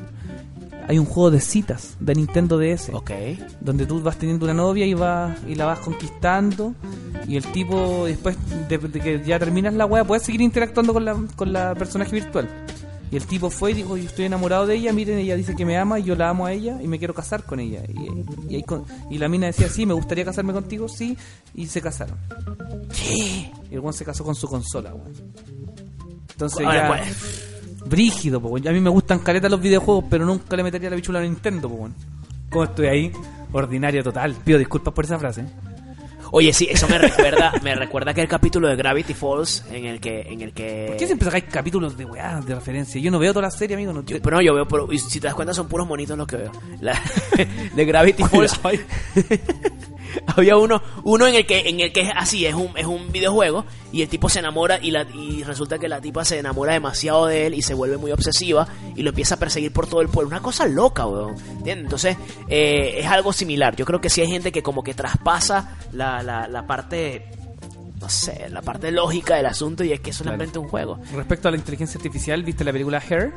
[SPEAKER 2] Hay un juego de citas de Nintendo DS. Donde tú vas teniendo una novia y vas y la vas conquistando. Y el tipo, después de, de que ya terminas la wea, puedes seguir interactuando con la, con la personaje virtual. Y el tipo fue y dijo, yo estoy enamorado de ella, miren, ella dice que me ama, y yo la amo a ella y me quiero casar con ella. Y, y ahí con- y la mina decía, sí, me gustaría casarme contigo, sí, y se casaron. ¿Qué? Y el weón se casó con su consola, weón. Entonces
[SPEAKER 1] Ahora,
[SPEAKER 2] ya-
[SPEAKER 1] ¿cuál
[SPEAKER 2] pues, Brígido, po, weón. A mí me gustan caretas los videojuegos, pero nunca le metería la bichula a Nintendo, po, weón. ¿Cómo estoy ahí? Ordinario total. Pido disculpas por esa frase.
[SPEAKER 1] Oye, sí, eso me recuerda, me recuerda aquel capítulo de Gravity Falls en el que, en el que.
[SPEAKER 2] ¿Por qué siempre sacáis capítulos de weá, de referencia? Yo no veo toda la serie, amigo. No,
[SPEAKER 1] Pero no, yo veo, pero y si te das cuenta son puros monitos los que veo. La- de Gravity Falls. Había uno, uno en el que, en el que es así, es un, es un videojuego, y el tipo se enamora y la, y resulta que la tipa se enamora demasiado de él y se vuelve muy obsesiva y lo empieza a perseguir por todo el pueblo. Una cosa loca, weón. ¿Entiendes? Entonces, eh, es algo similar. Yo creo que sí hay gente que como que traspasa la, la, la parte, no sé, la parte lógica del asunto y es que es solamente un juego.
[SPEAKER 2] Respecto a la inteligencia artificial, ¿viste la película Hair?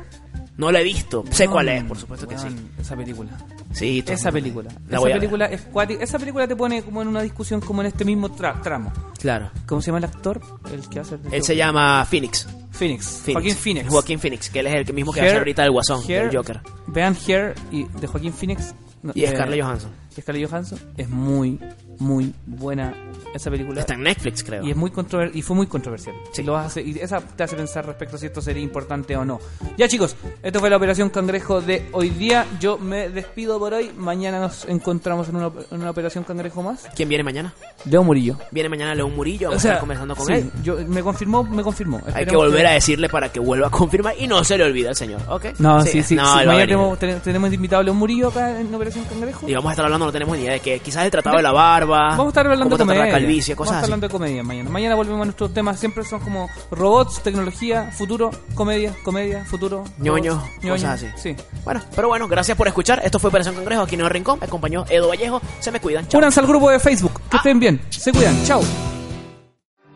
[SPEAKER 1] No la he visto. Sé cuál es, por supuesto que
[SPEAKER 2] sí. Esa película.
[SPEAKER 1] Sí, todo
[SPEAKER 2] Esa
[SPEAKER 1] el mundo.
[SPEAKER 2] película.
[SPEAKER 1] La voy a
[SPEAKER 2] Esa
[SPEAKER 1] ver.
[SPEAKER 2] película, es cuática. esa película te pone como en una discusión como en este mismo tra- tramo.
[SPEAKER 1] Claro.
[SPEAKER 2] ¿Cómo se llama el actor? El que hace el
[SPEAKER 1] Él se llama Phoenix.
[SPEAKER 2] Phoenix. Joaquín Phoenix.
[SPEAKER 1] Joaquín Phoenix, que él es el que mismo que
[SPEAKER 2] Hair-
[SPEAKER 1] hace ahorita el Guasón,
[SPEAKER 2] Hair-
[SPEAKER 1] el Joker.
[SPEAKER 2] Vean Here y de Joaquín Phoenix. no,
[SPEAKER 1] Y Scarlett Johansson.
[SPEAKER 2] y Scarlett Johansson es muy, muy buena esa película.
[SPEAKER 1] Está en Netflix, creo.
[SPEAKER 2] Y, es muy controver- y fue muy controversial. Y lo hace, y esa te hace pensar respecto a si esto sería importante o no. Ya chicos, esto fue la Operación Cangrejo de hoy día. Yo me despido por hoy. Mañana nos encontramos en una, en una Operación Cangrejo más.
[SPEAKER 1] ¿Quién viene mañana?
[SPEAKER 2] Leo Murillo.
[SPEAKER 1] Viene mañana León Murillo,
[SPEAKER 2] O
[SPEAKER 1] vamos
[SPEAKER 2] sea,
[SPEAKER 1] a estar conversando con
[SPEAKER 2] sí,
[SPEAKER 1] él.
[SPEAKER 2] Yo, me confirmó, me confirmó.
[SPEAKER 1] Hay
[SPEAKER 2] Esperemos
[SPEAKER 1] que volver a decirle para que vuelva a confirmar y no se le olvide al señor, ¿ok?
[SPEAKER 2] No, sí, sí. sí.
[SPEAKER 1] no, él va
[SPEAKER 2] Mañana
[SPEAKER 1] a venir.
[SPEAKER 2] tenemos, ten- tenemos invitado a León Murillo acá en Operación Cangrejo.
[SPEAKER 1] Y vamos a estar hablando, no tenemos ni idea de que quizás el tratado de la barba.
[SPEAKER 2] Vamos a estar hablando de
[SPEAKER 1] cómo tratar
[SPEAKER 2] comedia.
[SPEAKER 1] la
[SPEAKER 2] Vamos
[SPEAKER 1] calvicie,
[SPEAKER 2] a
[SPEAKER 1] cosas
[SPEAKER 2] estar
[SPEAKER 1] así.
[SPEAKER 2] hablando de comedia mañana. Mañana volvemos a nuestros temas. Siempre son como robots, tecnología, futuro, comedia, comedia, futuro.
[SPEAKER 1] Ñoño,
[SPEAKER 2] robots,
[SPEAKER 1] cosas así.
[SPEAKER 2] Sí.
[SPEAKER 1] Bueno, pero bueno, gracias por escuchar. Esto fue Operación Congreso aquí en el Rincón. Me acompañó Edo Vallejo. Se me cuidan. Chao. Ah.
[SPEAKER 2] Únanse al grupo de Facebook. Que estén bien. Se cuidan. Chao.